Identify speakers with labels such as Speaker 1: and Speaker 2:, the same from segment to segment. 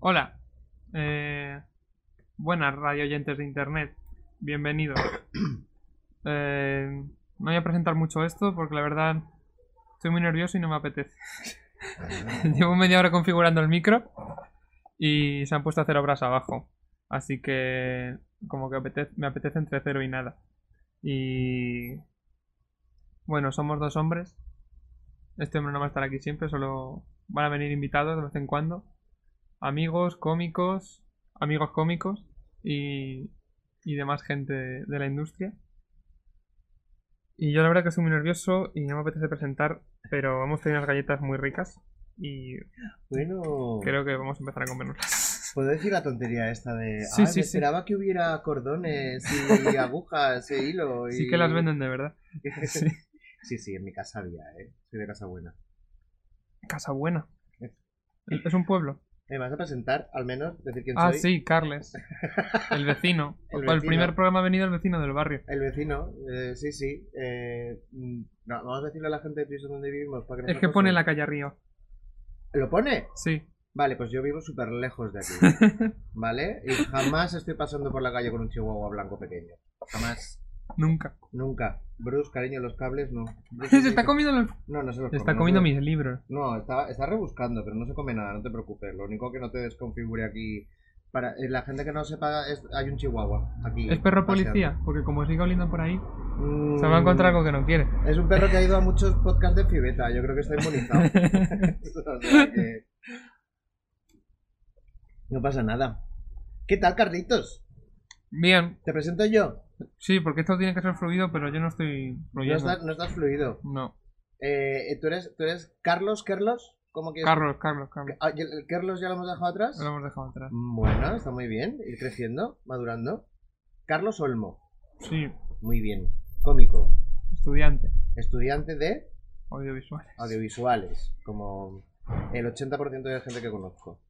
Speaker 1: Hola. Eh, buenas radio oyentes de internet. Bienvenidos. Eh, no voy a presentar mucho esto porque la verdad estoy muy nervioso y no me apetece. Llevo media hora configurando el micro y se han puesto a hacer obras abajo. Así que como que apetece- me apetece entre cero y nada. Y bueno, somos dos hombres. Este hombre no va a estar aquí siempre, solo van a venir invitados de vez en cuando. Amigos, cómicos, amigos cómicos y, y demás gente de la industria. Y yo la verdad que estoy muy nervioso y no me apetece presentar, pero hemos tenido unas galletas muy ricas y
Speaker 2: Bueno,
Speaker 1: creo que vamos a empezar a comérnoslas.
Speaker 2: ¿puedo decir la tontería esta de...
Speaker 1: Sí,
Speaker 2: "Ay,
Speaker 1: sí,
Speaker 2: me
Speaker 1: sí.
Speaker 2: esperaba que hubiera cordones y agujas y hilo. Y...
Speaker 1: Sí que las venden de verdad. Sí.
Speaker 2: sí, sí, en mi casa había, ¿eh? Soy de casa buena.
Speaker 1: Casa Buena. Es un pueblo.
Speaker 2: Me vas a presentar, al menos, decir quién
Speaker 1: Ah,
Speaker 2: soy.
Speaker 1: sí, Carles. El vecino.
Speaker 2: El
Speaker 1: O el
Speaker 2: vecino.
Speaker 1: primer programa ha venido el vecino del barrio.
Speaker 2: El vecino, eh, sí, sí. eh, mm, no, vamos a decirle a la gente del piso donde vivimos para que
Speaker 1: Es que pone la calle arriba.
Speaker 2: calle. ¿Lo pone?
Speaker 1: Sí.
Speaker 2: Vale, pues yo vivo súper lejos de aquí. ¿Vale? Y jamás estoy pasando por la calle con un chihuahua blanco pequeño. Jamás.
Speaker 1: Nunca.
Speaker 2: Nunca. Bruce, cariño, los cables no. Bruce,
Speaker 1: Se está comiendo, los-
Speaker 2: No, no se los
Speaker 1: se está
Speaker 2: come, no se
Speaker 1: comiendo
Speaker 2: los-
Speaker 1: mis libros.
Speaker 2: No, está, está rebuscando, pero no se come nada, no te preocupes. Lo único que no te desconfigure aquí. Para eh, la gente que no sepa, es- hay un chihuahua aquí.
Speaker 1: Es perro
Speaker 2: paseando.
Speaker 1: policía, porque como siga oliendo por ahí,
Speaker 2: Mm,
Speaker 1: se va a encontrar algo que no quiere.
Speaker 2: Es un perro que ha ido a muchos podcasts de Fibeta. Yo creo que está inmunizado. O sea que- No pasa nada. ¿Qué tal, Carlitos?
Speaker 1: Bien,
Speaker 2: ¿Te presento yo?
Speaker 1: sí, porque esto tiene que ser fluido, pero yo no estoy
Speaker 2: No
Speaker 1: fluyendo.
Speaker 2: estás, no estás fluido.
Speaker 1: No.
Speaker 2: Eh, eh, ¿tú, eres, ¿Tú eres Carlos? ¿Carlos? ¿Cómo que
Speaker 1: Carlos, Carlos, Carlos.
Speaker 2: ¿Carlos ya lo hemos dejado atrás?
Speaker 1: Lo hemos dejado atrás.
Speaker 2: Bueno, está muy bien, ir creciendo, madurando. Carlos Olmo,
Speaker 1: Sí,
Speaker 2: muy bien, cómico,
Speaker 1: estudiante,
Speaker 2: estudiante de
Speaker 1: audiovisual.
Speaker 2: audiovisuales, como el 80% de la gente que conozco.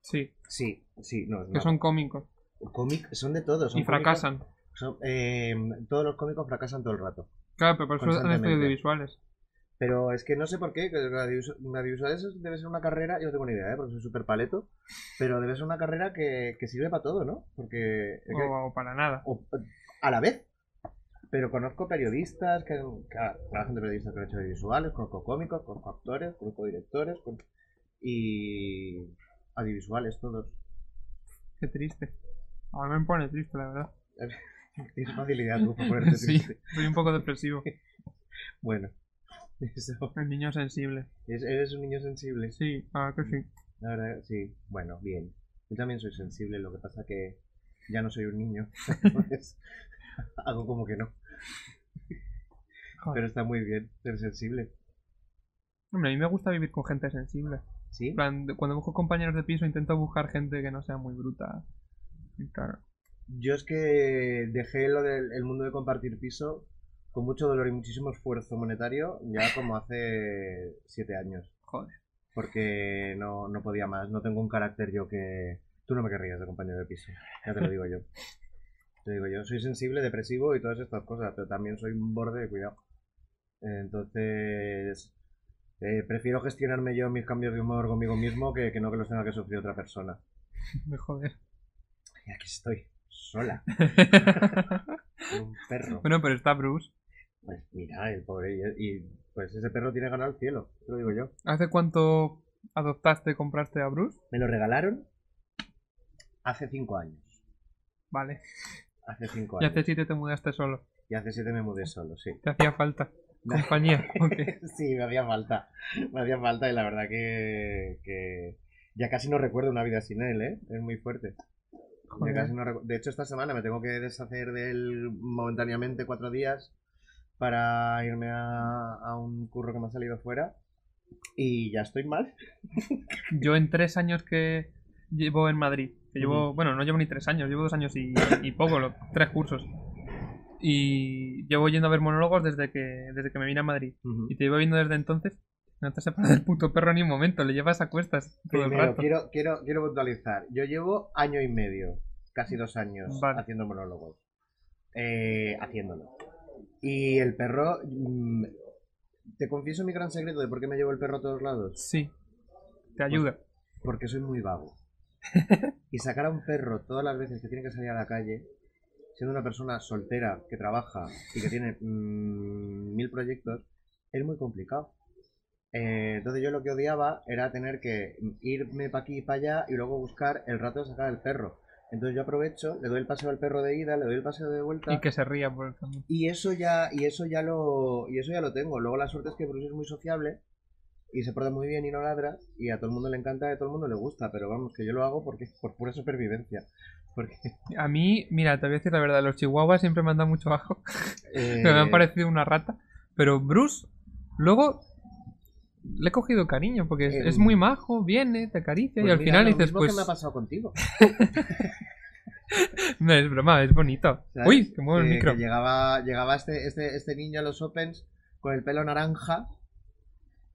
Speaker 1: Sí,
Speaker 2: Sí, sí, no,
Speaker 1: que
Speaker 2: no.
Speaker 1: son cómicos.
Speaker 2: Cómic- son de todos.
Speaker 1: Y fracasan.
Speaker 2: todos los cómicos fracasan todo el rato.
Speaker 1: Claro, pero por eso han
Speaker 2: Constantemente.
Speaker 1: estudiado audiovisuales.
Speaker 2: Pero es que no sé por qué, que radiovisu- audiovisuales es- debe ser una carrera, yo no tengo ni idea, ¿eh? porque soy súper paleto, pero debe ser una carrera que, que sirve para todo, ¿no? Porque...
Speaker 1: O, o para nada.
Speaker 2: o- a la vez. Pero conozco periodistas, que, claro, trabajan de periodistas que han hecho audiovisuales, conozco cómicos, conozco actores, conozco directores con- y audiovisuales todos.
Speaker 1: Qué triste. A mí me pone triste, la verdad.
Speaker 2: Tienes facilidad tú para ponerte
Speaker 1: Sí.
Speaker 2: triste.
Speaker 1: Soy un poco depresivo.
Speaker 2: este Bueno, eso.
Speaker 1: El niño sensible.
Speaker 2: Es- eres un niño sensible,
Speaker 1: Sí, ah, que sí.
Speaker 2: la verdad, sí. Bueno, bien. Yo también soy sensible, lo que pasa que ya no soy un niño. Entonces, hago como que no.
Speaker 1: Joder.
Speaker 2: Pero está muy bien ser sensible.
Speaker 1: Hombre, a mí me gusta vivir con gente sensible.
Speaker 2: ¿Sí?
Speaker 1: En plan, de- cuando busco compañeros de piso intento buscar gente que no sea muy bruta. Y claro.
Speaker 2: Yo es que dejé lo del el mundo de compartir piso con mucho dolor y muchísimo esfuerzo monetario ya como hace siete años.
Speaker 1: Joder.
Speaker 2: Porque no, no podía más, no tengo un carácter yo que... Tú no me querrías de compañero de piso, ya te lo digo yo. Te digo yo, soy sensible, depresivo y todas estas cosas, pero también soy un borde de cuidado. Entonces, eh, prefiero gestionarme yo mis cambios de humor conmigo mismo que, que no que los tenga que sufrir otra persona.
Speaker 1: Me joder.
Speaker 2: Y aquí estoy, sola, como un perro.
Speaker 1: bueno, pero está Bruce.
Speaker 2: Pues mira, el pobre. Y, y, pues ese perro tiene ganado el cielo, te lo digo yo.
Speaker 1: ¿Hace cuánto adoptaste, compraste a Bruce?
Speaker 2: Me lo regalaron hace cinco años.
Speaker 1: Vale.
Speaker 2: Hace cinco
Speaker 1: Y
Speaker 2: años.
Speaker 1: hace siete te mudaste solo.
Speaker 2: Y hace siete me mudé solo, sí.
Speaker 1: Te hacía falta.
Speaker 2: No.
Speaker 1: Compañía. ok.
Speaker 2: sí, me hacía falta. Me hacía falta y la verdad que, que ya casi no recuerdo una vida sin él, ¿eh? Es muy fuerte. Ya
Speaker 1: Joder.
Speaker 2: casi no recu- de hecho, esta semana me tengo que deshacer de él momentáneamente cuatro días para irme a, a un curro que me ha salido fuera. Y ya estoy mal.
Speaker 1: Yo en tres años que llevo en Madrid, que llevo, bueno, no llevo ni tres años, llevo dos años y, y poco, lo- tres cursos. Y llevo yendo a ver monólogos desde que, desde que me vine a Madrid. Y te llevo viendo desde entonces. No te separas del puto perro ni un momento, le llevas a cuestas todo el
Speaker 2: Primero,
Speaker 1: rato.
Speaker 2: quiero, quiero, quiero puntualizar. Yo llevo año y medio, casi dos años,
Speaker 1: Vale.
Speaker 2: haciendo monólogos. Eh, haciéndolo. Y el perro. mm, te confieso mi gran secreto de por qué me llevo el perro a todos lados.
Speaker 1: Sí, te ayuda.
Speaker 2: Porque soy muy vago. y sacar a un perro todas las veces que tiene que salir a la calle, siendo una persona soltera que trabaja y que tiene mm, mil proyectos, es muy complicado. Eh, entonces yo lo que odiaba era tener que irme para aquí y para allá y luego buscar el rato de sacar al perro. Entonces yo aprovecho, le doy el paseo al perro de ida, le doy el paseo de vuelta.
Speaker 1: Y que se ría por el camino.
Speaker 2: Y eso ya, y eso ya lo, y eso ya lo tengo. Luego la suerte es que Bruce es muy sociable y se porta muy bien y no ladra y a todo el mundo le encanta, y a todo el mundo le gusta, pero vamos que yo lo hago porque por pura supervivencia. Porque
Speaker 1: A mí, mira, te voy a decir la verdad, los chihuahuas siempre me han dado mucho ajo.
Speaker 2: eh,
Speaker 1: Me han parecido una rata. Pero Bruce, luego le he cogido cariño porque es,
Speaker 2: Eh,
Speaker 1: es muy majo, viene, te acaricia
Speaker 2: pues
Speaker 1: y al
Speaker 2: mira,
Speaker 1: final
Speaker 2: lo
Speaker 1: dices,
Speaker 2: mismo
Speaker 1: pues.
Speaker 2: que me ha pasado contigo?
Speaker 1: No es broma, es bonito.
Speaker 2: ¿Sabes?
Speaker 1: Uy, que mueve el
Speaker 2: Que-
Speaker 1: micro.
Speaker 2: que llegaba llegaba este, este, este niño a los Opens con el pelo naranja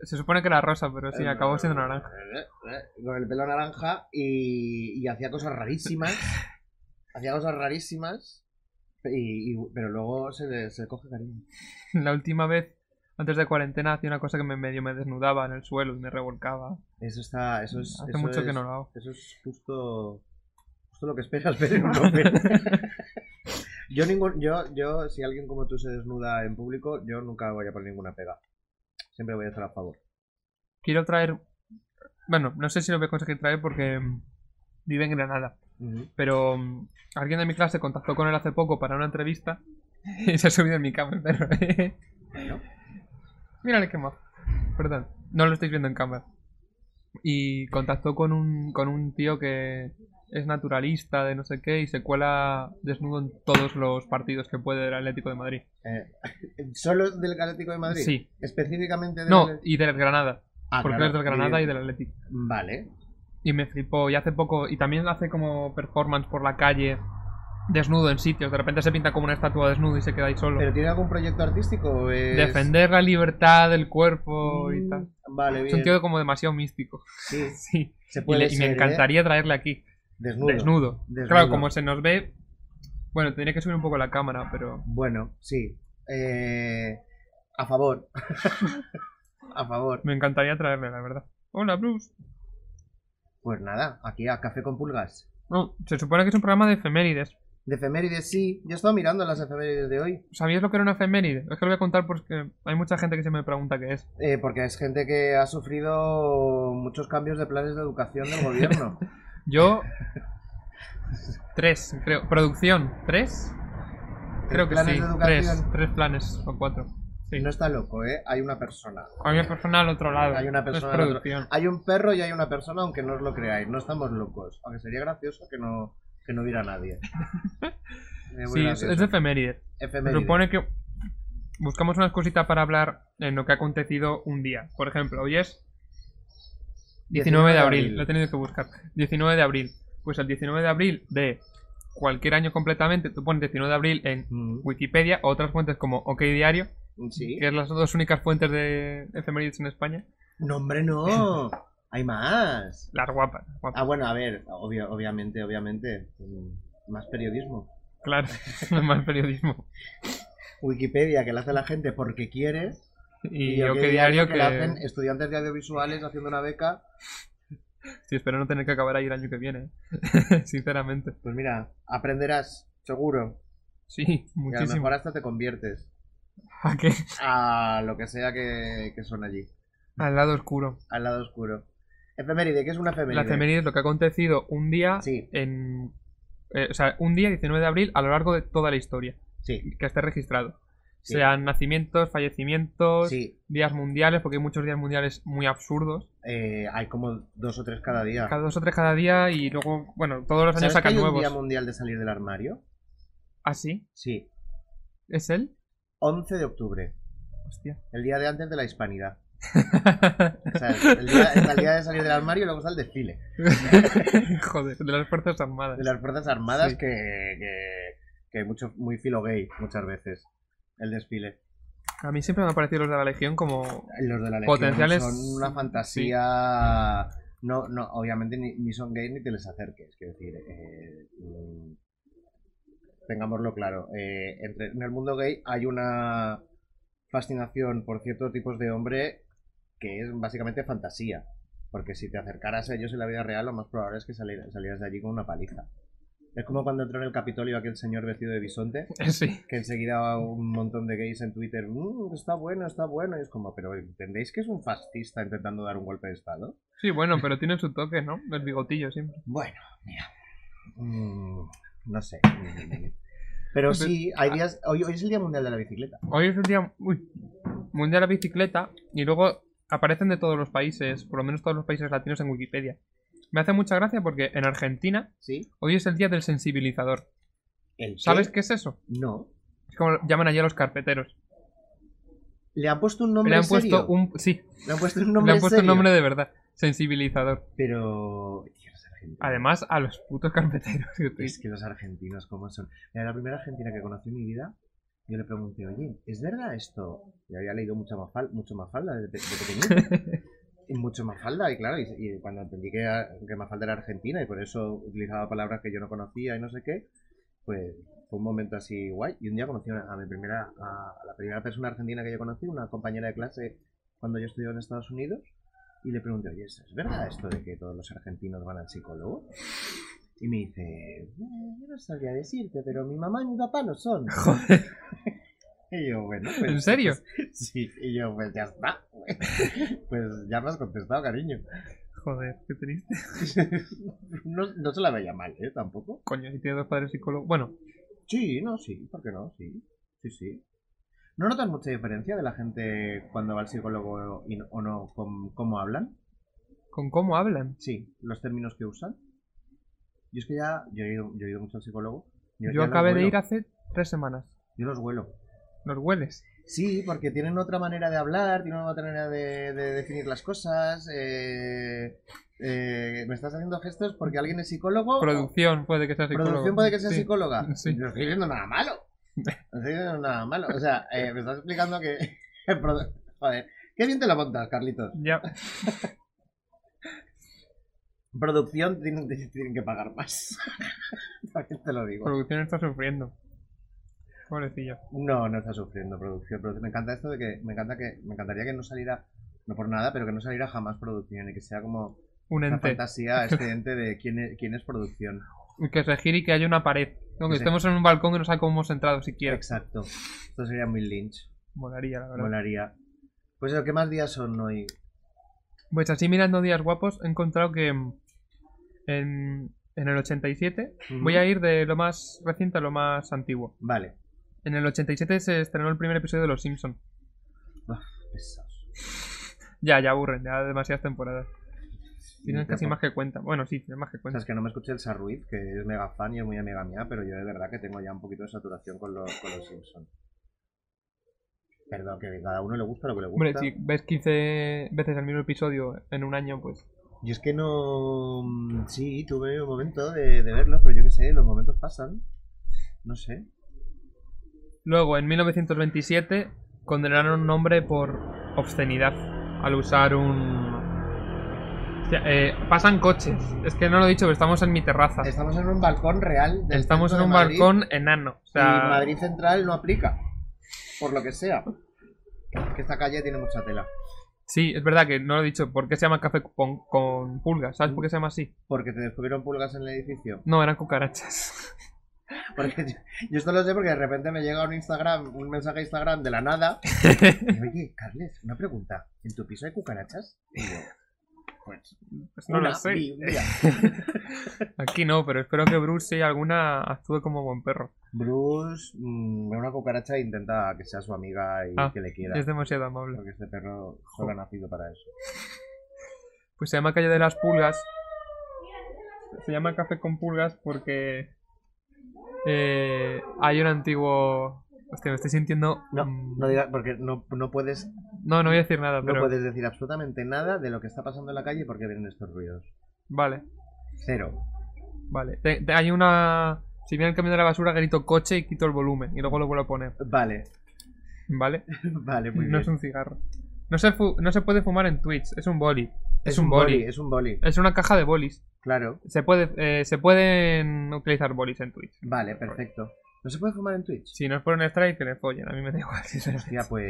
Speaker 1: Se supone que era rosa, pero Pues sí, acabó siendo naranja.
Speaker 2: Eh, Con el pelo naranja y, y hacía cosas rarísimas. hacía cosas rarísimas. y- y- pero luego se, le- se coge cariño.
Speaker 1: La última vez, antes de cuarentena, hacía una cosa que me medio me desnudaba en el suelo y me revolcaba.
Speaker 2: Eso está. Eso es.
Speaker 1: Hace
Speaker 2: eso
Speaker 1: mucho que
Speaker 2: es-
Speaker 1: no lo hago.
Speaker 2: Eso es justo. Justo lo que esperas ver en un hombre. yo ningún. Yo, yo, si alguien como tú se desnuda en público, yo nunca voy a poner ninguna pega. Siempre voy a estar a favor.
Speaker 1: Quiero traer. Bueno, no sé si lo voy a conseguir traer porque mm, vive en Granada.
Speaker 2: Ujú.
Speaker 1: Pero mm, alguien de mi clase contactó con él hace poco para una entrevista y se ha subido en mi cama el perro.
Speaker 2: Bueno.
Speaker 1: Mírale qué majo. Perdón, no lo estáis viendo en cámara. Y contactó con un, con un tío que es naturalista de no sé qué y se cuela desnudo en todos los partidos que puede del Atlético de Madrid.
Speaker 2: Eh, ¿Solo del Atlético de Madrid?
Speaker 1: Sí.
Speaker 2: Específicamente del
Speaker 1: No,
Speaker 2: ¿Ah, Atlético-
Speaker 1: y del Granada.
Speaker 2: Ah,
Speaker 1: porque
Speaker 2: claro,
Speaker 1: es del Granada y del Atlético.
Speaker 2: Vale.
Speaker 1: Y me flipó. Y hace poco, y también hace como performance por la calle, desnudo en sitios. De repente se pinta como una estatua desnudo y se queda ahí solo.
Speaker 2: ¿Pero tiene algún proyecto artístico? o es-
Speaker 1: Defender la libertad del cuerpo y
Speaker 2: Mm,
Speaker 1: tal.
Speaker 2: Vale,
Speaker 1: Es un
Speaker 2: bien.
Speaker 1: tío como demasiado místico.
Speaker 2: Sí,
Speaker 1: Sí.
Speaker 2: se
Speaker 1: Y,
Speaker 2: puede
Speaker 1: le- y me
Speaker 2: ser, ¿eh?
Speaker 1: encantaría traerle aquí.
Speaker 2: Desnudo.
Speaker 1: Desnudo.
Speaker 2: Desnudo.
Speaker 1: Claro, como se nos ve. Bueno, tendría que subir un poco la cámara, pero.
Speaker 2: Bueno, sí. Eh, A favor. a favor.
Speaker 1: Me encantaría traerle, la verdad. Hola, Bruce.
Speaker 2: Pues nada, aquí a Café con Pulgas.
Speaker 1: No, se supone que es un programa de efemérides.
Speaker 2: De efemérides, sí. Yo he estado mirando las efemérides de hoy.
Speaker 1: ¿Sabías lo que era una efeméride? Es que lo voy a contar porque hay mucha gente que se me pregunta qué es.
Speaker 2: eh, porque es gente que ha sufrido muchos cambios de planes de educación del gobierno.
Speaker 1: Yo. Tres, creo. ¿Producción? ¿Tres? Creo que
Speaker 2: planes
Speaker 1: sí.
Speaker 2: de educación.
Speaker 1: Tres. Tres planes o cuatro. Sí.
Speaker 2: No está loco, ¿eh? Hay una persona.
Speaker 1: Hay una persona al otro lado.
Speaker 2: Hay una
Speaker 1: no es
Speaker 2: persona al otro-
Speaker 1: producción.
Speaker 2: Hay un perro y hay una persona, aunque no os lo creáis. No estamos locos. Aunque sería gracioso que no, que no hubiera nadie. Sería muy
Speaker 1: Sí, es,
Speaker 2: gracioso.
Speaker 1: es de efeméride. Se
Speaker 2: Efeméride.
Speaker 1: supone que buscamos unas cositas para hablar en lo que ha acontecido un día. Por ejemplo, hoy es 19 de abril, lo he tenido que buscar. 19 de abril. Pues el 19 de abril de cualquier año completamente, tú pones 19 de abril en
Speaker 2: Mm,
Speaker 1: Wikipedia o otras fuentes como OK Diario,
Speaker 2: Sí.
Speaker 1: que es las dos únicas fuentes de efemérides en España.
Speaker 2: No, hombre, no. Hay más.
Speaker 1: Las guapas, las guapas.
Speaker 2: Ah, bueno, a ver, obvio- obviamente, obviamente. mm, Más periodismo.
Speaker 1: claro, no hay más periodismo.
Speaker 2: Wikipedia, que la hace la gente porque quiere.
Speaker 1: Y, OK
Speaker 2: que
Speaker 1: Diario,
Speaker 2: la
Speaker 1: que
Speaker 2: hacen estudiantes de audiovisuales haciendo una beca.
Speaker 1: sí, espero no tener que acabar ahí el año que viene, ¿eh? sinceramente.
Speaker 2: Pues mira, aprenderás, seguro.
Speaker 1: Sí,
Speaker 2: Y a lo
Speaker 1: muchísimo.
Speaker 2: mejor hasta te conviertes
Speaker 1: ¿A qué?
Speaker 2: a lo que sea que- que son allí.
Speaker 1: Al lado oscuro.
Speaker 2: al lado oscuro. Efeméride, ¿qué es una efeméride?
Speaker 1: La efeméride es lo que ha acontecido un día
Speaker 2: Sí,
Speaker 1: en. eh, o sea, un día 19 de abril a lo largo de toda la historia
Speaker 2: sí,
Speaker 1: que esté registrado.
Speaker 2: Sí.
Speaker 1: Sean nacimientos, fallecimientos,
Speaker 2: sí.
Speaker 1: días mundiales, porque hay muchos días mundiales muy absurdos.
Speaker 2: Eh, hay como dos o tres cada día.
Speaker 1: Cada dos o tres cada día y luego, bueno, todos los años
Speaker 2: Ah. ¿Sabes que
Speaker 1: sacan
Speaker 2: hay un
Speaker 1: nuevos.
Speaker 2: Día Mundial de Salir del Armario?
Speaker 1: ¿Ah, sí?
Speaker 2: Sí,
Speaker 1: ¿Es él?
Speaker 2: 11 de octubre,
Speaker 1: Hostia.
Speaker 2: el día de antes de la hispanidad. O sea, el día, está el día de salir del armario y luego está el desfile
Speaker 1: Joder, de las Fuerzas Armadas.
Speaker 2: de las Fuerzas Armadas,
Speaker 1: Sí.
Speaker 2: que, que, que mucho, muy filo gay muchas veces. El desfile.
Speaker 1: A mí siempre me han parecido los de la Legión como.
Speaker 2: Los de la Legión
Speaker 1: Potenciales-
Speaker 2: son una fantasía. No, no, obviamente ni, ni son gays ni te les acerques. Quiero decir, eh, mm, tengámoslo claro. eh, entre- en el mundo gay hay una fascinación por ciertos tipos de hombre que es básicamente fantasía. Porque si te acercaras a ellos en la vida real, lo más probable es que salier- salieras de allí con una paliza. Es como cuando entró en el Capitolio aquel señor vestido de bisonte,
Speaker 1: Sí.
Speaker 2: que enseguida un montón de gays en Twitter, "Mm, está bueno, está bueno. Y es como, pero ¿entendéis que es un fascista intentando dar un golpe de Estado?
Speaker 1: Sí, bueno, pero tiene su toque, ¿no? El bigotillo siempre.
Speaker 2: Bueno, mira. Mm, no sé. Pero
Speaker 1: Pues
Speaker 2: sí, hay
Speaker 1: ah.
Speaker 2: días. Hoy, hoy es el Día Mundial de la Bicicleta.
Speaker 1: Hoy es el día uy, mundial de la bicicleta y luego aparecen de todos los países, por lo menos todos los países latinos en Wikipedia. Me hace mucha gracia porque en Argentina
Speaker 2: ¿Sí?
Speaker 1: hoy es el día del sensibilizador.
Speaker 2: ¿El qué?
Speaker 1: ¿Sabes qué es eso?
Speaker 2: No.
Speaker 1: Es como llaman allí a los carpeteros.
Speaker 2: Le han puesto un nombre
Speaker 1: Le han
Speaker 2: serio.
Speaker 1: puesto un sí,
Speaker 2: Le han puesto un
Speaker 1: le
Speaker 2: nombre
Speaker 1: han puesto un
Speaker 2: serio.
Speaker 1: nombre de verdad, sensibilizador.
Speaker 2: Pero. Tío, los argentinos.
Speaker 1: Además a los putos carpeteros. que te-
Speaker 2: Es que los argentinos, ¿cómo son? Mira, la primera argentina que conocí en mi vida, yo le pregunté, oye, ¿es verdad esto? Y había leído mucho Mafalda, mucho Mafalda de, de pequeñito. y mucho Mafalda, y claro, y, y cuando entendí que, que Mafalda era argentina y por eso utilizaba palabras que yo no conocía y no sé qué, pues fue un momento así guay. Y un día conocí a, una- a mi primera, a, a la primera persona argentina que yo conocí, una compañera de clase cuando yo estudiaba en Estados Unidos, y le pregunté, oye, ¿es verdad esto de que todos los argentinos van al psicólogo? Y me dice, "Eh, yo no sabría decirte, pero mi mamá y mi papá lo son.
Speaker 1: Joder,
Speaker 2: Y yo, bueno. pues,
Speaker 1: ¿en serio?
Speaker 2: Sí, y yo, pues ya está. Pues ya me has contestado, cariño.
Speaker 1: Joder, qué triste.
Speaker 2: No, no se la veía mal, ¿eh? Tampoco.
Speaker 1: Coño, si tiene dos padres psicólogos. Bueno,
Speaker 2: Sí, no, sí, ¿por qué no? Sí, sí, sí. ¿No notas mucha diferencia de la gente cuando va al psicólogo y no- o no, con cómo hablan?
Speaker 1: con cómo hablan.
Speaker 2: Sí, los términos que usan. Yo es que ya, yo he ido, yo he ido mucho al psicólogo.
Speaker 1: Yo
Speaker 2: ya los
Speaker 1: acabé de
Speaker 2: huelo.
Speaker 1: ir hace tres semanas.
Speaker 2: Yo los vuelo.
Speaker 1: Los hueles.
Speaker 2: Sí, porque tienen otra manera de hablar, tienen otra manera de, de definir las cosas. eh, eh, me estás haciendo gestos porque alguien es psicólogo.
Speaker 1: Producción puede que sea psicólogo.
Speaker 2: Producción puede que sea
Speaker 1: Sí.
Speaker 2: psicóloga.
Speaker 1: Sí.
Speaker 2: No estoy viendo nada malo. No estoy viendo nada malo. O sea, eh, me estás explicando que. produ- Joder, qué bien te lo montas, Carlitos.
Speaker 1: Ya,
Speaker 2: Producción tienen, tienen que pagar más. También te lo digo.
Speaker 1: producción está sufriendo. Pobrecilla.
Speaker 2: No, no está sufriendo producción. Pero me encanta esto de que me encanta que me encantaría que no saliera, no por nada, pero que no saliera jamás producción y que sea como
Speaker 1: Un
Speaker 2: una
Speaker 1: ente.
Speaker 2: fantasía este ente de quién es, quién es producción.
Speaker 1: Que se gire y que haya una pared. No, que
Speaker 2: Sí.
Speaker 1: estemos en un balcón que no sabemos entrado siquiera.
Speaker 2: Exacto. Esto sería muy Lynch.
Speaker 1: Molaría, la verdad.
Speaker 2: Molaría. Pues eso, ¿qué más días son hoy?
Speaker 1: Pues así mirando días guapos, he encontrado que mm, en, en el 87, voy a ir de lo más reciente a lo más antiguo.
Speaker 2: Vale.
Speaker 1: En el 87 se estrenó el primer episodio de Los Simpsons.
Speaker 2: Pesados.
Speaker 1: Ya, ya aburren, ya demasiadas temporadas. Tienen
Speaker 2: Te
Speaker 1: casi
Speaker 2: apo-
Speaker 1: más que cuenta. Bueno, sí, tienen más que
Speaker 2: O
Speaker 1: cuenta.
Speaker 2: sea, es que no me escuché el Sarruiz, que es mega fan y es muy amiga mía, pero yo de verdad que tengo ya un poquito de saturación con los, con los Simpsons. Perdón, que a cada uno le gusta lo que le gusta.
Speaker 1: Hombre, si ves 15 veces el mismo episodio en un año, pues
Speaker 2: Yo es que no. mm, Sí, tuve un momento de, de verlos, pero yo qué sé, los momentos pasan. No sé.
Speaker 1: Luego, en 1927, condenaron a un hombre por obscenidad al usar un... O sea, eh, pasan coches. Es que no lo he dicho, pero estamos en mi terraza.
Speaker 2: Estamos en un balcón real. del
Speaker 1: Estamos en
Speaker 2: centro
Speaker 1: un
Speaker 2: de Madrid,
Speaker 1: balcón enano. O
Speaker 2: Y
Speaker 1: sea,
Speaker 2: Madrid Central no aplica. Por lo que sea. Que esta calle tiene mucha tela.
Speaker 1: sí, es verdad que no lo he dicho. ¿Por qué se llama café con, con pulgas?
Speaker 2: Mm.
Speaker 1: ¿Sabes por qué se llama así?
Speaker 2: Porque te descubrieron pulgas en el edificio.
Speaker 1: No, eran cucarachas.
Speaker 2: Porque yo, yo esto lo sé porque de repente me llega un Instagram, un mensaje a Instagram de la nada. Y, Oye, Carles, una pregunta. ¿En tu piso hay cucarachas? Y yo, pues,
Speaker 1: Pues no lo
Speaker 2: una,
Speaker 1: sé.
Speaker 2: vi un día.
Speaker 1: Aquí no, pero espero que Bruce, si hay alguna, actúe como buen perro.
Speaker 2: Bruce mm, ve una cucaracha e intenta que sea su amiga y
Speaker 1: Ah,
Speaker 2: que le quiera.
Speaker 1: Es demasiado amable.
Speaker 2: Porque este perro solo ha nacido para eso.
Speaker 1: Pues se llama Calle de las Pulgas. Se llama Café con Pulgas porque eh, hay un antiguo... Hostia, me estoy sintiendo...
Speaker 2: No,
Speaker 1: mm,
Speaker 2: no digas, porque no, no puedes,
Speaker 1: no, no voy a decir nada,
Speaker 2: no
Speaker 1: pero...
Speaker 2: puedes decir absolutamente nada de lo que está pasando en la calle porque vienen estos ruidos.
Speaker 1: Vale,
Speaker 2: Cero.
Speaker 1: vale. Te- te- hay una... Si viene el camión de la basura, grito coche y quito el volumen. Y luego lo vuelvo a poner,
Speaker 2: Vale,
Speaker 1: ¿vale?
Speaker 2: vale, muy
Speaker 1: No
Speaker 2: bien.
Speaker 1: es un cigarro. No se, fu- no se puede fumar en Twitch, es un boli. Es, un, boli.
Speaker 2: Es un boli,
Speaker 1: Es una caja de bolis.
Speaker 2: claro.
Speaker 1: Se, puede, eh, se pueden utilizar bolis en Twitch.
Speaker 2: Vale, perfecto. ¿No se puede fumar en Twitch?
Speaker 1: Si no es por un strike, que le follen. A mí me da igual, sinceramente.
Speaker 2: Hostia, pues...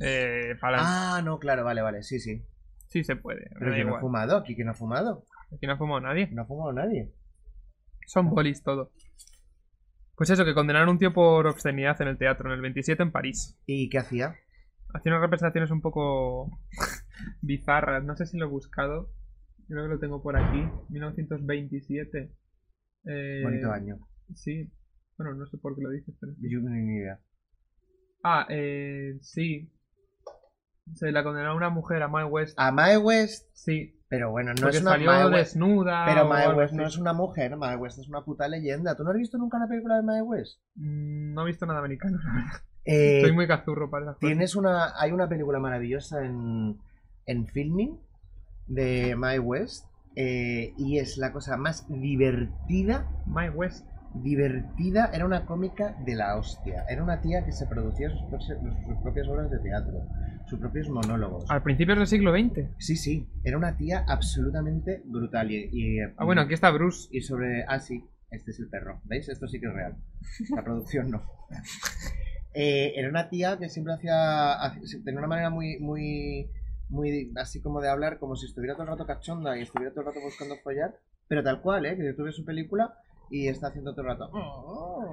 Speaker 1: Eh, para
Speaker 2: Ah, no, claro, vale, vale, sí, sí.
Speaker 1: Sí se puede, me
Speaker 2: Pero
Speaker 1: da
Speaker 2: que no ha
Speaker 1: igual.
Speaker 2: fumado, aquí que no ha fumado.
Speaker 1: Aquí no ha fumado nadie.
Speaker 2: No ha fumado nadie.
Speaker 1: Son bolis todo. Pues eso, que condenaron a un tío por obscenidad en el teatro, en el 27 en París.
Speaker 2: ¿Y qué hacía?
Speaker 1: Hacía unas representaciones un poco bizarras. No sé si lo he buscado. Creo que lo tengo por aquí. 1927. Eh,
Speaker 2: Bonito año.
Speaker 1: Sí. Bueno, no sé por qué lo dices, pero...
Speaker 2: Yo ni idea.
Speaker 1: Ah, eh, sí. Se la condenó a una mujer, a Mae West.
Speaker 2: A Mae West.
Speaker 1: Sí,
Speaker 2: Pero bueno, no
Speaker 1: porque
Speaker 2: es una
Speaker 1: salió
Speaker 2: Mae West.
Speaker 1: desnuda.
Speaker 2: Pero
Speaker 1: o
Speaker 2: Mae
Speaker 1: algo
Speaker 2: West no
Speaker 1: así.
Speaker 2: es una mujer, Mae West es una puta leyenda. ¿Tú no has visto nunca una película de Mae West?
Speaker 1: Mm, No he visto nada americano, la verdad.
Speaker 2: Eh,
Speaker 1: Soy muy cazurro para esas cosas.
Speaker 2: Tienes una. Hay una película maravillosa en, en filming de Mae West. eh, y es la cosa más divertida.
Speaker 1: Mae West.
Speaker 2: Divertida, era una cómica de la hostia. Era una tía que se producía sus, propias- sus propias obras de teatro, sus propios monólogos.
Speaker 1: Al principio del siglo XX.
Speaker 2: Sí, sí, era una tía absolutamente brutal. Y, y-
Speaker 1: Ah, bueno, aquí está Bruce.
Speaker 2: y sobre. Ah, sí, este es el perro. ¿Veis? Esto sí que es real. La producción no. Eh, era una tía que siempre hacía. ha- Tenía una manera muy. muy muy así como de hablar, como si estuviera todo el rato cachonda y estuviera todo el rato buscando follar, pero tal cual, ¿eh? Que tú ves su película y está haciendo todo el rato. "Oh,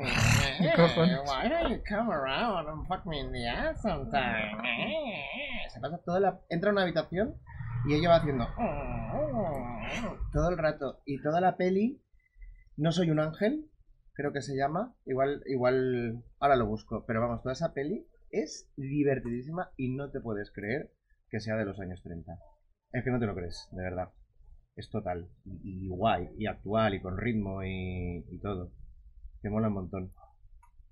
Speaker 1: ¿Qué
Speaker 2: eh,
Speaker 1: cojones?
Speaker 2: why don't you come around and fuck me in the ass sometime?" Eh, Se pasa toda la. Entra a una habitación y ella va haciendo "Mm, todo el rato. Y toda la peli, No soy un ángel, creo que se llama. Igual, igual, ahora lo busco. Pero vamos, toda esa peli es divertidísima y no te puedes creer que sea de los años 30. Es que no te lo crees, de verdad. Es total. Y, y guay, y actual, y con ritmo, y, y todo. Que mola un montón.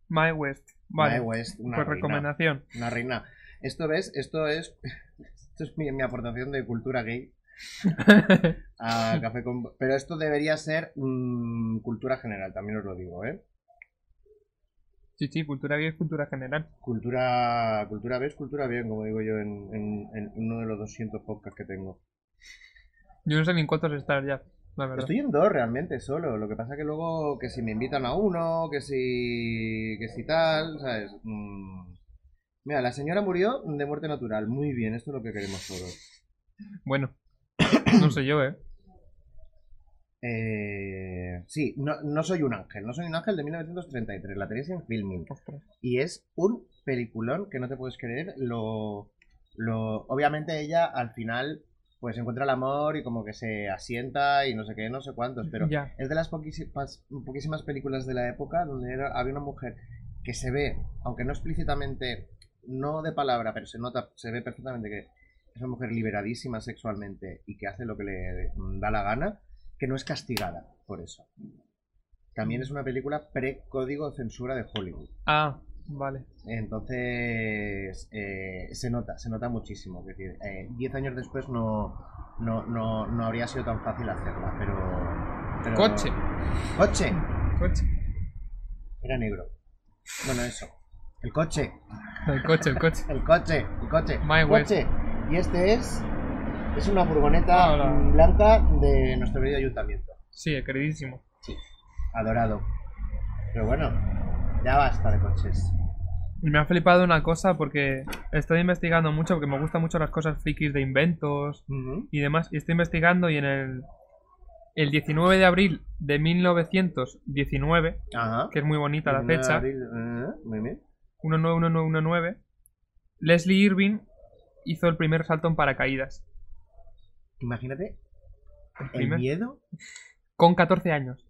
Speaker 1: Mae West. Vale.
Speaker 2: Mae West, una
Speaker 1: pues
Speaker 2: reina.
Speaker 1: recomendación.
Speaker 2: Una reina. Esto ves, esto es. Esto es mi, mi aportación de cultura gay a Café con. Pero esto debería ser mm, cultura general, también os lo digo, ¿eh?
Speaker 1: sí, sí, cultura gay es cultura general.
Speaker 2: Cultura. Cultura ves, cultura bien, como digo yo en, en- en uno de los 200 podcasts que tengo.
Speaker 1: Yo no sé ni en cuántos estás ya, la verdad.
Speaker 2: Estoy en dos realmente solo. Lo que pasa que luego, que si me invitan a uno, que si. que si tal, ¿sabes? Mm. Mira, la señora murió de muerte natural. Muy bien, esto es lo que queremos todos.
Speaker 1: Bueno, no sé yo, ¿eh?
Speaker 2: Eh, sí, no, no soy un ángel. No soy un ángel de 1933. La tenéis en filming.
Speaker 1: Ostras.
Speaker 2: Y es un peliculón que no te puedes creer. Lo, lo, obviamente ella al final pues encuentra el amor y como que se asienta y no sé qué, no sé cuántos, pero
Speaker 1: Ya.
Speaker 2: es de las poquísimas, poquísimas películas de la época donde era- había una mujer que se ve, aunque no explícitamente, no de palabra, pero se nota, se ve perfectamente que es una mujer liberadísima sexualmente y que hace lo que le mm, da la gana, que no es castigada por eso. También es una película pre-código de censura de Hollywood.
Speaker 1: Ah, vale.
Speaker 2: Entonces, eh, se nota, se nota muchísimo. Es decir, eh, 10 años después no, no, no, no habría sido tan fácil hacerla, pero... pero-
Speaker 1: Coche.
Speaker 2: ¡Coche!
Speaker 1: Coche.
Speaker 2: Era negro. Bueno, eso. El coche,
Speaker 1: El coche, el coche.
Speaker 2: el coche, el coche.
Speaker 1: My way.
Speaker 2: coche. Y este es... Es una furgoneta
Speaker 1: Ah, Hola.
Speaker 2: mm, blanca de nuestro querido ayuntamiento.
Speaker 1: Sí, el queridísimo.
Speaker 2: Adorado. Pero bueno, ya basta de coches.
Speaker 1: Y me ha flipado una cosa porque estoy investigando mucho, porque me gustan mucho las cosas frikis de inventos
Speaker 2: Ujú.
Speaker 1: y demás. Y estoy investigando y en el, el 19 de abril de 1919,
Speaker 2: Ajá.
Speaker 1: que es muy bonita la
Speaker 2: 19 de
Speaker 1: fecha,
Speaker 2: abril, eh, Muy bien.
Speaker 1: 191919, Leslie Irving hizo el primer salto en paracaídas.
Speaker 2: Imagínate
Speaker 1: El
Speaker 2: el
Speaker 1: primer-
Speaker 2: miedo
Speaker 1: con 14 años.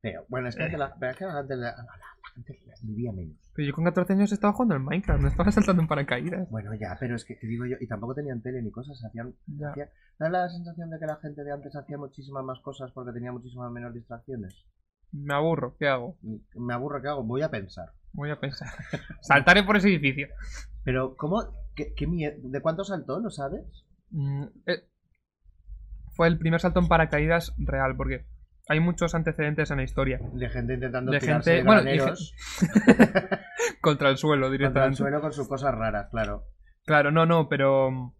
Speaker 2: Pero bueno, es que
Speaker 1: Eh.
Speaker 2: antes la, pero es que antes la- la- la gente vivía menos.
Speaker 1: Pero yo con 14 años estaba jugando al Minecraft, no estaba saltando en paracaídas.
Speaker 2: Bueno, ya, pero es que te digo yo, y tampoco tenían tele ni cosas, hacían.
Speaker 1: Ya.
Speaker 2: Da la sensación de que la gente de antes hacía muchísimas más cosas porque tenía muchísimas menos distracciones.
Speaker 1: Me aburro, ¿qué hago?
Speaker 2: Me aburro, ¿qué hago? Voy a pensar.
Speaker 1: Voy a pensar. Saltaré por ese edificio.
Speaker 2: Pero, ¿cómo? ¿Qué, qué mie- ¿De cuánto saltó? ¿Lo sabes?
Speaker 1: Mm, eh, fue el primer salto en paracaídas real, porque hay muchos antecedentes en la historia.
Speaker 2: De gente intentando
Speaker 1: De
Speaker 2: tirarse
Speaker 1: gente-
Speaker 2: de
Speaker 1: bueno,
Speaker 2: graneros
Speaker 1: Contra el suelo
Speaker 2: contra el
Speaker 1: directamente.
Speaker 2: suelo con sus cosas raras, claro.
Speaker 1: Claro, no, no, pero. mm,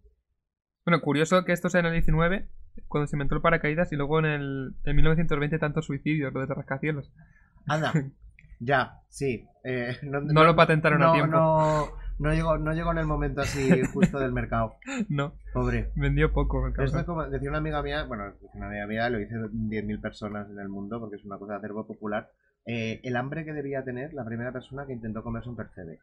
Speaker 1: Bueno, curioso que esto sea en el 19, cuando se inventó el paracaídas, y luego en el en 1920 tantos suicidios, lo de rascacielos.
Speaker 2: Anda, ya, sí. eh,
Speaker 1: No lo patentaron a
Speaker 2: no,
Speaker 1: tiempo.
Speaker 2: No, No llegó, no llegó en el momento así justo del mercado.
Speaker 1: No,
Speaker 2: Pobre.
Speaker 1: vendió poco el
Speaker 2: Esto
Speaker 1: cabrón.
Speaker 2: es como decía una amiga mía, bueno, decía una amiga mía lo dice 10.000 personas en el mundo porque es una cosa de acervo popular. eh, el hambre que debía tener la primera persona que intentó comerse un percebe.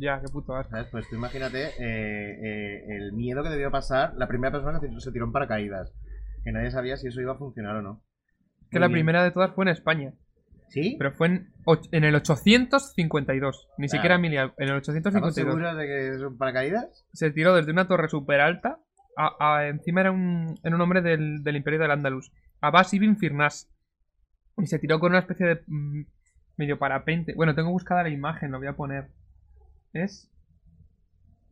Speaker 1: Ya, qué puto asco.
Speaker 2: ¿Sabes? Pues tú imagínate eh, eh, el miedo que debió pasar la primera persona que se tiró en paracaídas. Que nadie sabía si eso iba a funcionar o no.
Speaker 1: Que
Speaker 2: Muy
Speaker 1: la
Speaker 2: bien.
Speaker 1: primera de todas fue en España,
Speaker 2: ¿Sí?
Speaker 1: pero fue en, och- en el 852, ni
Speaker 2: Claro.
Speaker 1: siquiera en mil- en el
Speaker 2: ¿Estamos
Speaker 1: 852.
Speaker 2: seguros de que son paracaídas?
Speaker 1: se tiró desde una torre súper alta. A, a- encima era un, era un hombre del, del Imperio del Andalus. Abbas ibn Firnas. Y se tiró con una especie de mm, medio parapente. Bueno, tengo buscada la imagen, lo voy a poner. Es.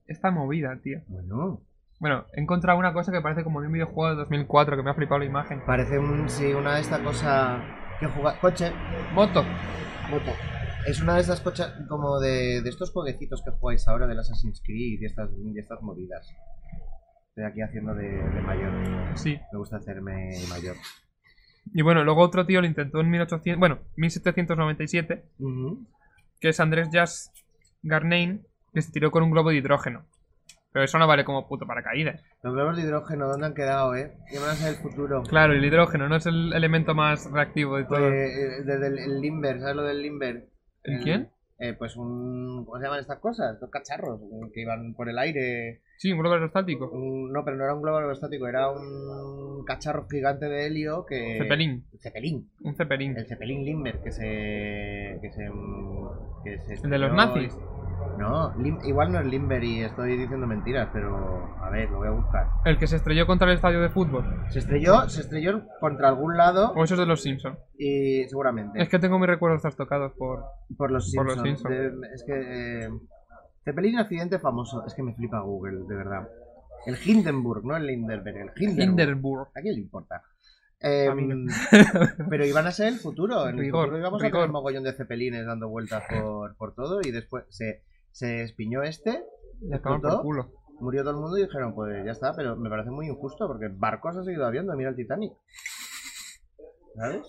Speaker 1: Esta movida, tío.
Speaker 2: Bueno,
Speaker 1: Bueno, he encontrado una cosa que parece como de un videojuego de 2004 que me ha flipado la imagen.
Speaker 2: parece un, sí, una de estas cosas que juega. Coche,
Speaker 1: Moto.
Speaker 2: moto. Es una de estas cosas como de, de estos jueguecitos que jugáis ahora del Assassin's Creed y estas, y estas movidas. Estoy aquí haciendo de, de mayor.
Speaker 1: Sí.
Speaker 2: Me gusta hacerme mayor.
Speaker 1: Y bueno, luego otro tío lo intentó en 1800. Bueno, 1797.
Speaker 2: Ujú.
Speaker 1: que es Andrés Jas Garnein, que se tiró con un globo de hidrógeno. Pero eso no vale como puto paracaídas.
Speaker 2: Los globos de hidrógeno, ¿dónde han quedado, eh? ¿Qué van a ser el futuro?
Speaker 1: Claro, el hidrógeno no es el elemento más reactivo de
Speaker 2: Pues,
Speaker 1: todo.
Speaker 2: eh, desde el, el Limber, ¿sabes lo del Limber?
Speaker 1: ¿El quién?
Speaker 2: Eh, pues un. ¿Cómo se llaman estas cosas? Estos cacharros eh, que iban por el aire.
Speaker 1: Sí, un globo aerostático.
Speaker 2: Un- no, pero no era un globo aerostático, era un cacharro gigante de helio que.
Speaker 1: Cepelín.
Speaker 2: Cepelín.
Speaker 1: Un cepelín.
Speaker 2: eh, El Cepelín Limber que se. que se. que se
Speaker 1: ¿El de los
Speaker 2: estrelló-
Speaker 1: nazis?
Speaker 2: No, Lim- igual no es Limber y estoy diciendo mentiras, pero. A ver, lo voy a buscar.
Speaker 1: El que se estrelló contra el estadio de fútbol.
Speaker 2: Se estrelló, se estrelló contra algún lado
Speaker 1: O eso es de los Simpsons.
Speaker 2: Eh. y seguramente.
Speaker 1: Pues, Es que tengo mis recuerdos trastocados por...
Speaker 2: Por los
Speaker 1: Por los
Speaker 2: Simpsons.
Speaker 1: Simpsons.
Speaker 2: De- es que. Eh, Zeppelin accidente famoso. Es que me flipa Google, de verdad. El Hindenburg, no el Lindenberg, el Hindenburg.
Speaker 1: Hindenburg.
Speaker 2: ¿A quién le importa? Eh,
Speaker 1: A mí no.
Speaker 2: pero iban a ser el futuro. En
Speaker 1: Rigor,
Speaker 2: el futuro íbamos a
Speaker 1: rigor.
Speaker 2: tener mogollón de cepelines dando vueltas por, por todo y después se, se espiñó este,
Speaker 1: Ya estaban por
Speaker 2: ¿Explotó?
Speaker 1: culo.
Speaker 2: murió todo el mundo y dijeron, pues ya está, pero me parece muy injusto porque barcos ha seguido habiendo, mira el Titanic. ¿Sabes?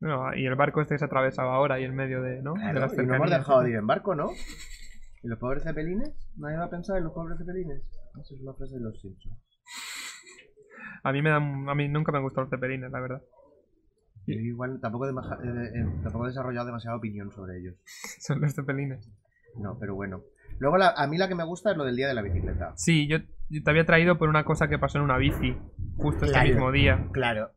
Speaker 1: No, y el barco este que se atravesaba ahora y en medio de, ¿no? de
Speaker 2: Claro,
Speaker 1: las ¿eh?
Speaker 2: y no hemos
Speaker 1: cercanías.
Speaker 2: dejado de ir en barco, ¿no? ¿Y los pobres cepelines? ¿Nadie va a pensar en los pobres cepelines? Eso es una frase de los Simpsons.
Speaker 1: A mí, me dan, a mí nunca me han gustado los cepelines, la verdad. Sí.
Speaker 2: Yo igual tampoco, he demaja- eh, eh, tampoco he desarrollado demasiada opinión sobre ellos.
Speaker 1: Son los cepelines.
Speaker 2: No, pero bueno. Luego la- a mí la que me gusta es lo del día de la bicicleta.
Speaker 1: Sí, yo yo te había traído por una cosa que pasó en una bici, justo este
Speaker 2: Claro.
Speaker 1: mismo día.
Speaker 2: Claro,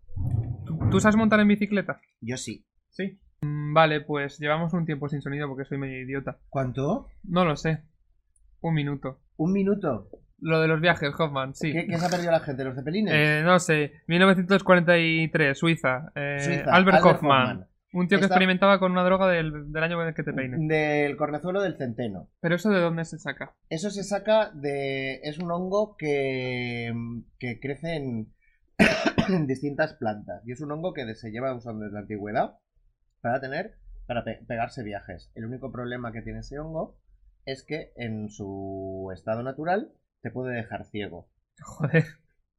Speaker 1: ¿Tú, tú sabes montar en bicicleta?
Speaker 2: yo sí.
Speaker 1: Sí. Vale, pues llevamos un tiempo sin sonido porque soy medio idiota.
Speaker 2: ¿Cuánto?
Speaker 1: No lo sé. Un minuto.
Speaker 2: ¿Un minuto?
Speaker 1: Lo de los viajes, Hoffman, sí.
Speaker 2: ¿Qué, qué se ha perdido la gente? ¿Los cepelines?
Speaker 1: Eh, no sé. 1943, Suiza. Eh,
Speaker 2: Suiza,
Speaker 1: Albert, Hoffman.
Speaker 2: Hoffman,
Speaker 1: Un tío que
Speaker 2: Esta-
Speaker 1: experimentaba con una droga del, del año en el que te peines.
Speaker 2: Del cornezuelo del centeno.
Speaker 1: Pero eso de dónde se saca.
Speaker 2: Eso se saca de. Es un hongo que, que crece en, en distintas plantas. Y es un hongo que se lleva usando desde la antigüedad para tener. para pe- pegarse viajes. El único problema que tiene ese hongo es que en su estado natural te puede dejar ciego.
Speaker 1: Joder.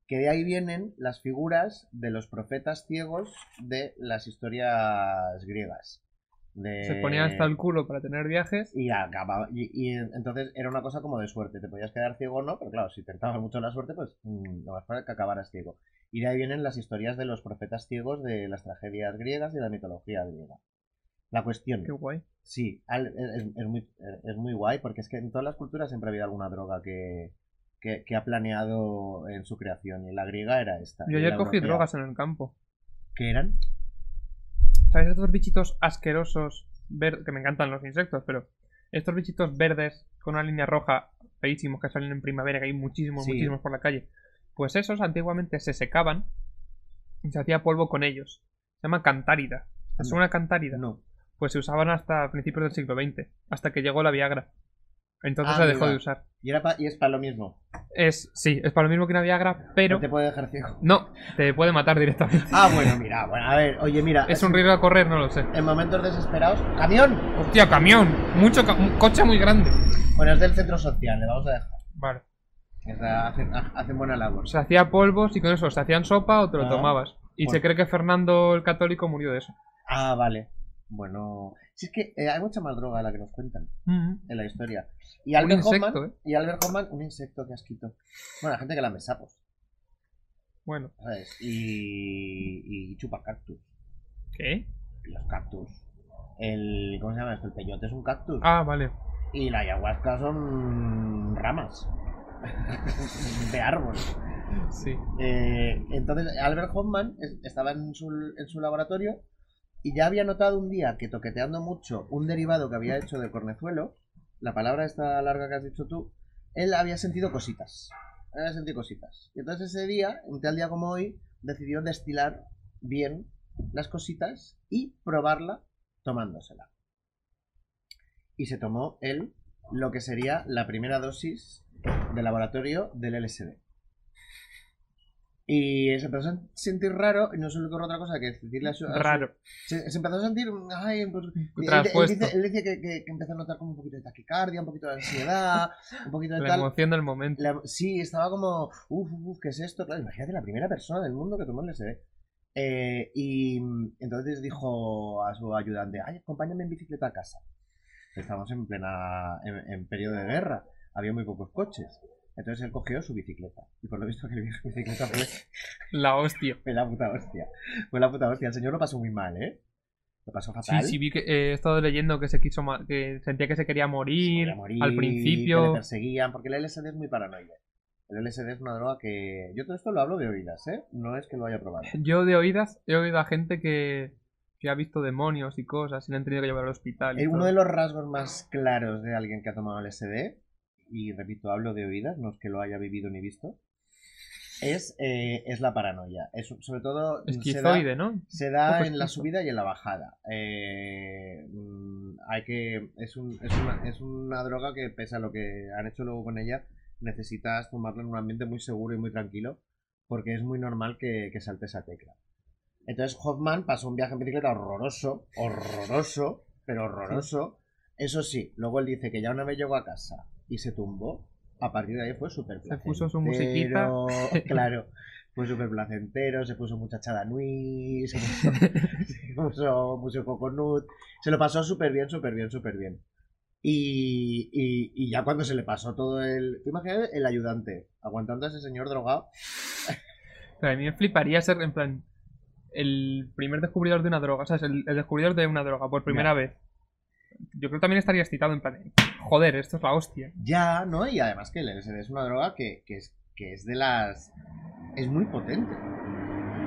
Speaker 2: Que de ahí vienen las figuras de los profetas ciegos de las historias griegas. De-
Speaker 1: Se ponía hasta el culo para tener viajes.
Speaker 2: y acababa. Y, y entonces era una cosa como de suerte. Te podías quedar ciego o no, pero claro, si tentabas mucho la suerte, pues mm, lo más probable es que acabaras ciego. Y de ahí vienen las historias de los profetas ciegos de las tragedias griegas y de la mitología griega. La cuestión,
Speaker 1: Qué guay.
Speaker 2: sí, al- es, es muy, e, es muy guay porque es que en todas las culturas siempre ha habido alguna droga que, que, que ha planeado en su creación. Y en la griega era esta.
Speaker 1: Yo
Speaker 2: y en
Speaker 1: ayer
Speaker 2: Eh, la
Speaker 1: cogí
Speaker 2: europea,
Speaker 1: drogas en el campo.
Speaker 2: ¿Qué eran?
Speaker 1: ¿Sabes estos bichitos asquerosos? ver- Que me encantan los insectos, pero estos bichitos verdes con una línea roja, feísimos que salen en primavera, que hay muchísimos,
Speaker 2: Sí.
Speaker 1: muchísimos por la calle. Pues esos antiguamente se secaban y se hacía polvo con ellos. Se llama cantárida. ¿Es
Speaker 2: No.
Speaker 1: una cantárida?
Speaker 2: No.
Speaker 1: Pues se usaban hasta principios del siglo XX, hasta que llegó la Viagra. Entonces
Speaker 2: Ah,
Speaker 1: se dejó
Speaker 2: mira.
Speaker 1: de usar.
Speaker 2: Y, era pa- y es para lo mismo.
Speaker 1: Es, sí, es para lo mismo que una Viagra, pero
Speaker 2: No te puede dejar ciego.
Speaker 1: no, te puede matar directamente.
Speaker 2: Ah, bueno, mira, bueno, a ver, oye, mira.
Speaker 1: Es un riesgo a correr, no lo sé.
Speaker 2: En momentos desesperados. ¡Camión!
Speaker 1: Hostia, camión, mucho ca- un coche muy grande.
Speaker 2: Bueno, es del centro social, le vamos a dejar.
Speaker 1: Vale.
Speaker 2: Es la- hacen, ha- hacen buena labor.
Speaker 1: se hacía polvos y con eso se hacían sopa o te lo
Speaker 2: Ah,
Speaker 1: tomabas. Y
Speaker 2: bueno.
Speaker 1: se cree que Fernando el Católico murió de eso.
Speaker 2: Ah, vale. Bueno, si es que eh, hay mucha más droga de la que nos cuentan
Speaker 1: Ujú.
Speaker 2: en la historia. Y Albert
Speaker 1: insecto,
Speaker 2: Hoffman,
Speaker 1: ¿eh?
Speaker 2: y Albert Hoffman, un insecto que asquito. Bueno, la gente que lame sapos,
Speaker 1: Bueno,
Speaker 2: ¿sabes? Y, y chupa cactus.
Speaker 1: ¿qué?
Speaker 2: Y los cactus. El, ¿Cómo se llama esto? El peyote es un cactus.
Speaker 1: Ah, vale.
Speaker 2: Y la ayahuasca son ramas de árbol.
Speaker 1: Ah, Sí.
Speaker 2: Eh, entonces, Albert Hoffman es- estaba en su, en su laboratorio y ya había notado un día que toqueteando mucho un derivado que había hecho de cornezuelo, la palabra esta larga que has dicho tú, él había sentido cositas. Había sentido cositas. Y entonces ese día, un tal día como hoy, decidió destilar bien las cositas y probarla tomándosela. Y se tomó él lo que sería la primera dosis de laboratorio del LSD. Y se empezó a sentir raro, y no se le ocurrió otra cosa que decirle a su... a su-
Speaker 1: Raro.
Speaker 2: se, se empezó a sentir... Ay, pues, él- él
Speaker 1: Traspuesto.
Speaker 2: dice- Él decía que, que- que empezó a notar como un poquito de taquicardia, un poquito de ansiedad, un poquito de
Speaker 1: La
Speaker 2: tal...
Speaker 1: emoción del momento.
Speaker 2: La- sí, estaba como, uff, uff, ¿qué es esto? Claro, imagínate la primera persona del mundo que tomó el LSD. Eh, y mm, entonces dijo a su ayudante, ay, acompáñame en bicicleta a casa. Estamos en plena, en, en periodo de guerra, había muy pocos coches. Entonces él cogió su bicicleta. Y por lo visto que el viejo bicicleta fue,
Speaker 1: La hostia.
Speaker 2: fue la puta hostia. Fue la puta hostia. El señor lo pasó muy mal, ¿eh? Lo pasó
Speaker 1: Sí,
Speaker 2: fatal.
Speaker 1: sí, vi que eh, he estado leyendo que se quiso ma- que sentía que se quería morir,
Speaker 2: quería morir,
Speaker 1: al
Speaker 2: que le
Speaker 1: principio.
Speaker 2: perseguían, porque el LSD es muy paranoide. El LSD es una droga que. Yo todo esto lo hablo de oídas, ¿eh? No es que lo haya probado.
Speaker 1: Yo de oídas he oído a gente que, que ha visto demonios y cosas y le han tenido que llevar al hospital. y
Speaker 2: Eh, Uno
Speaker 1: todo.
Speaker 2: de los rasgos más claros de alguien que ha tomado LSD, y repito, hablo de oídas, no es que lo haya vivido ni visto, es, eh, es la paranoia. Es, un- sobre todo. se da-
Speaker 1: Esquizoide, ¿no?
Speaker 2: Se da
Speaker 1: Poco
Speaker 2: en la
Speaker 1: esquizo.
Speaker 2: subida y en la bajada. Eh, mm, hay que es, un- es una, es una droga que, pese a lo que han hecho luego con ella, necesitas tomarla en un ambiente muy seguro y muy tranquilo, porque es muy normal que, que salte esa tecla. Entonces Hoffman pasó un viaje en bicicleta horroroso, horroroso, pero horroroso. Eso sí, luego él dice que ya una vez llegó a casa y se tumbó, a partir de ahí fue súper
Speaker 1: Se puso su musiquita.
Speaker 2: placentero, Claro, fue súper placentero, se puso mucha chada nui, se puso, se puso mucho coconut, se lo pasó súper bien, súper bien, súper bien. Y, y- y ya cuando se le pasó todo el... ¿Te imaginas el ayudante aguantando a ese señor drogado?
Speaker 1: Pero a mí me fliparía ser, en plan, el primer descubridor de una droga, o sea, es el, el descubridor de una droga por primera vez. Yo creo que también estaría excitado, en plan, joder, esto es la hostia.
Speaker 2: Ya, ¿no? Y además que el LSD es una droga que, que es, que es de las... es muy potente.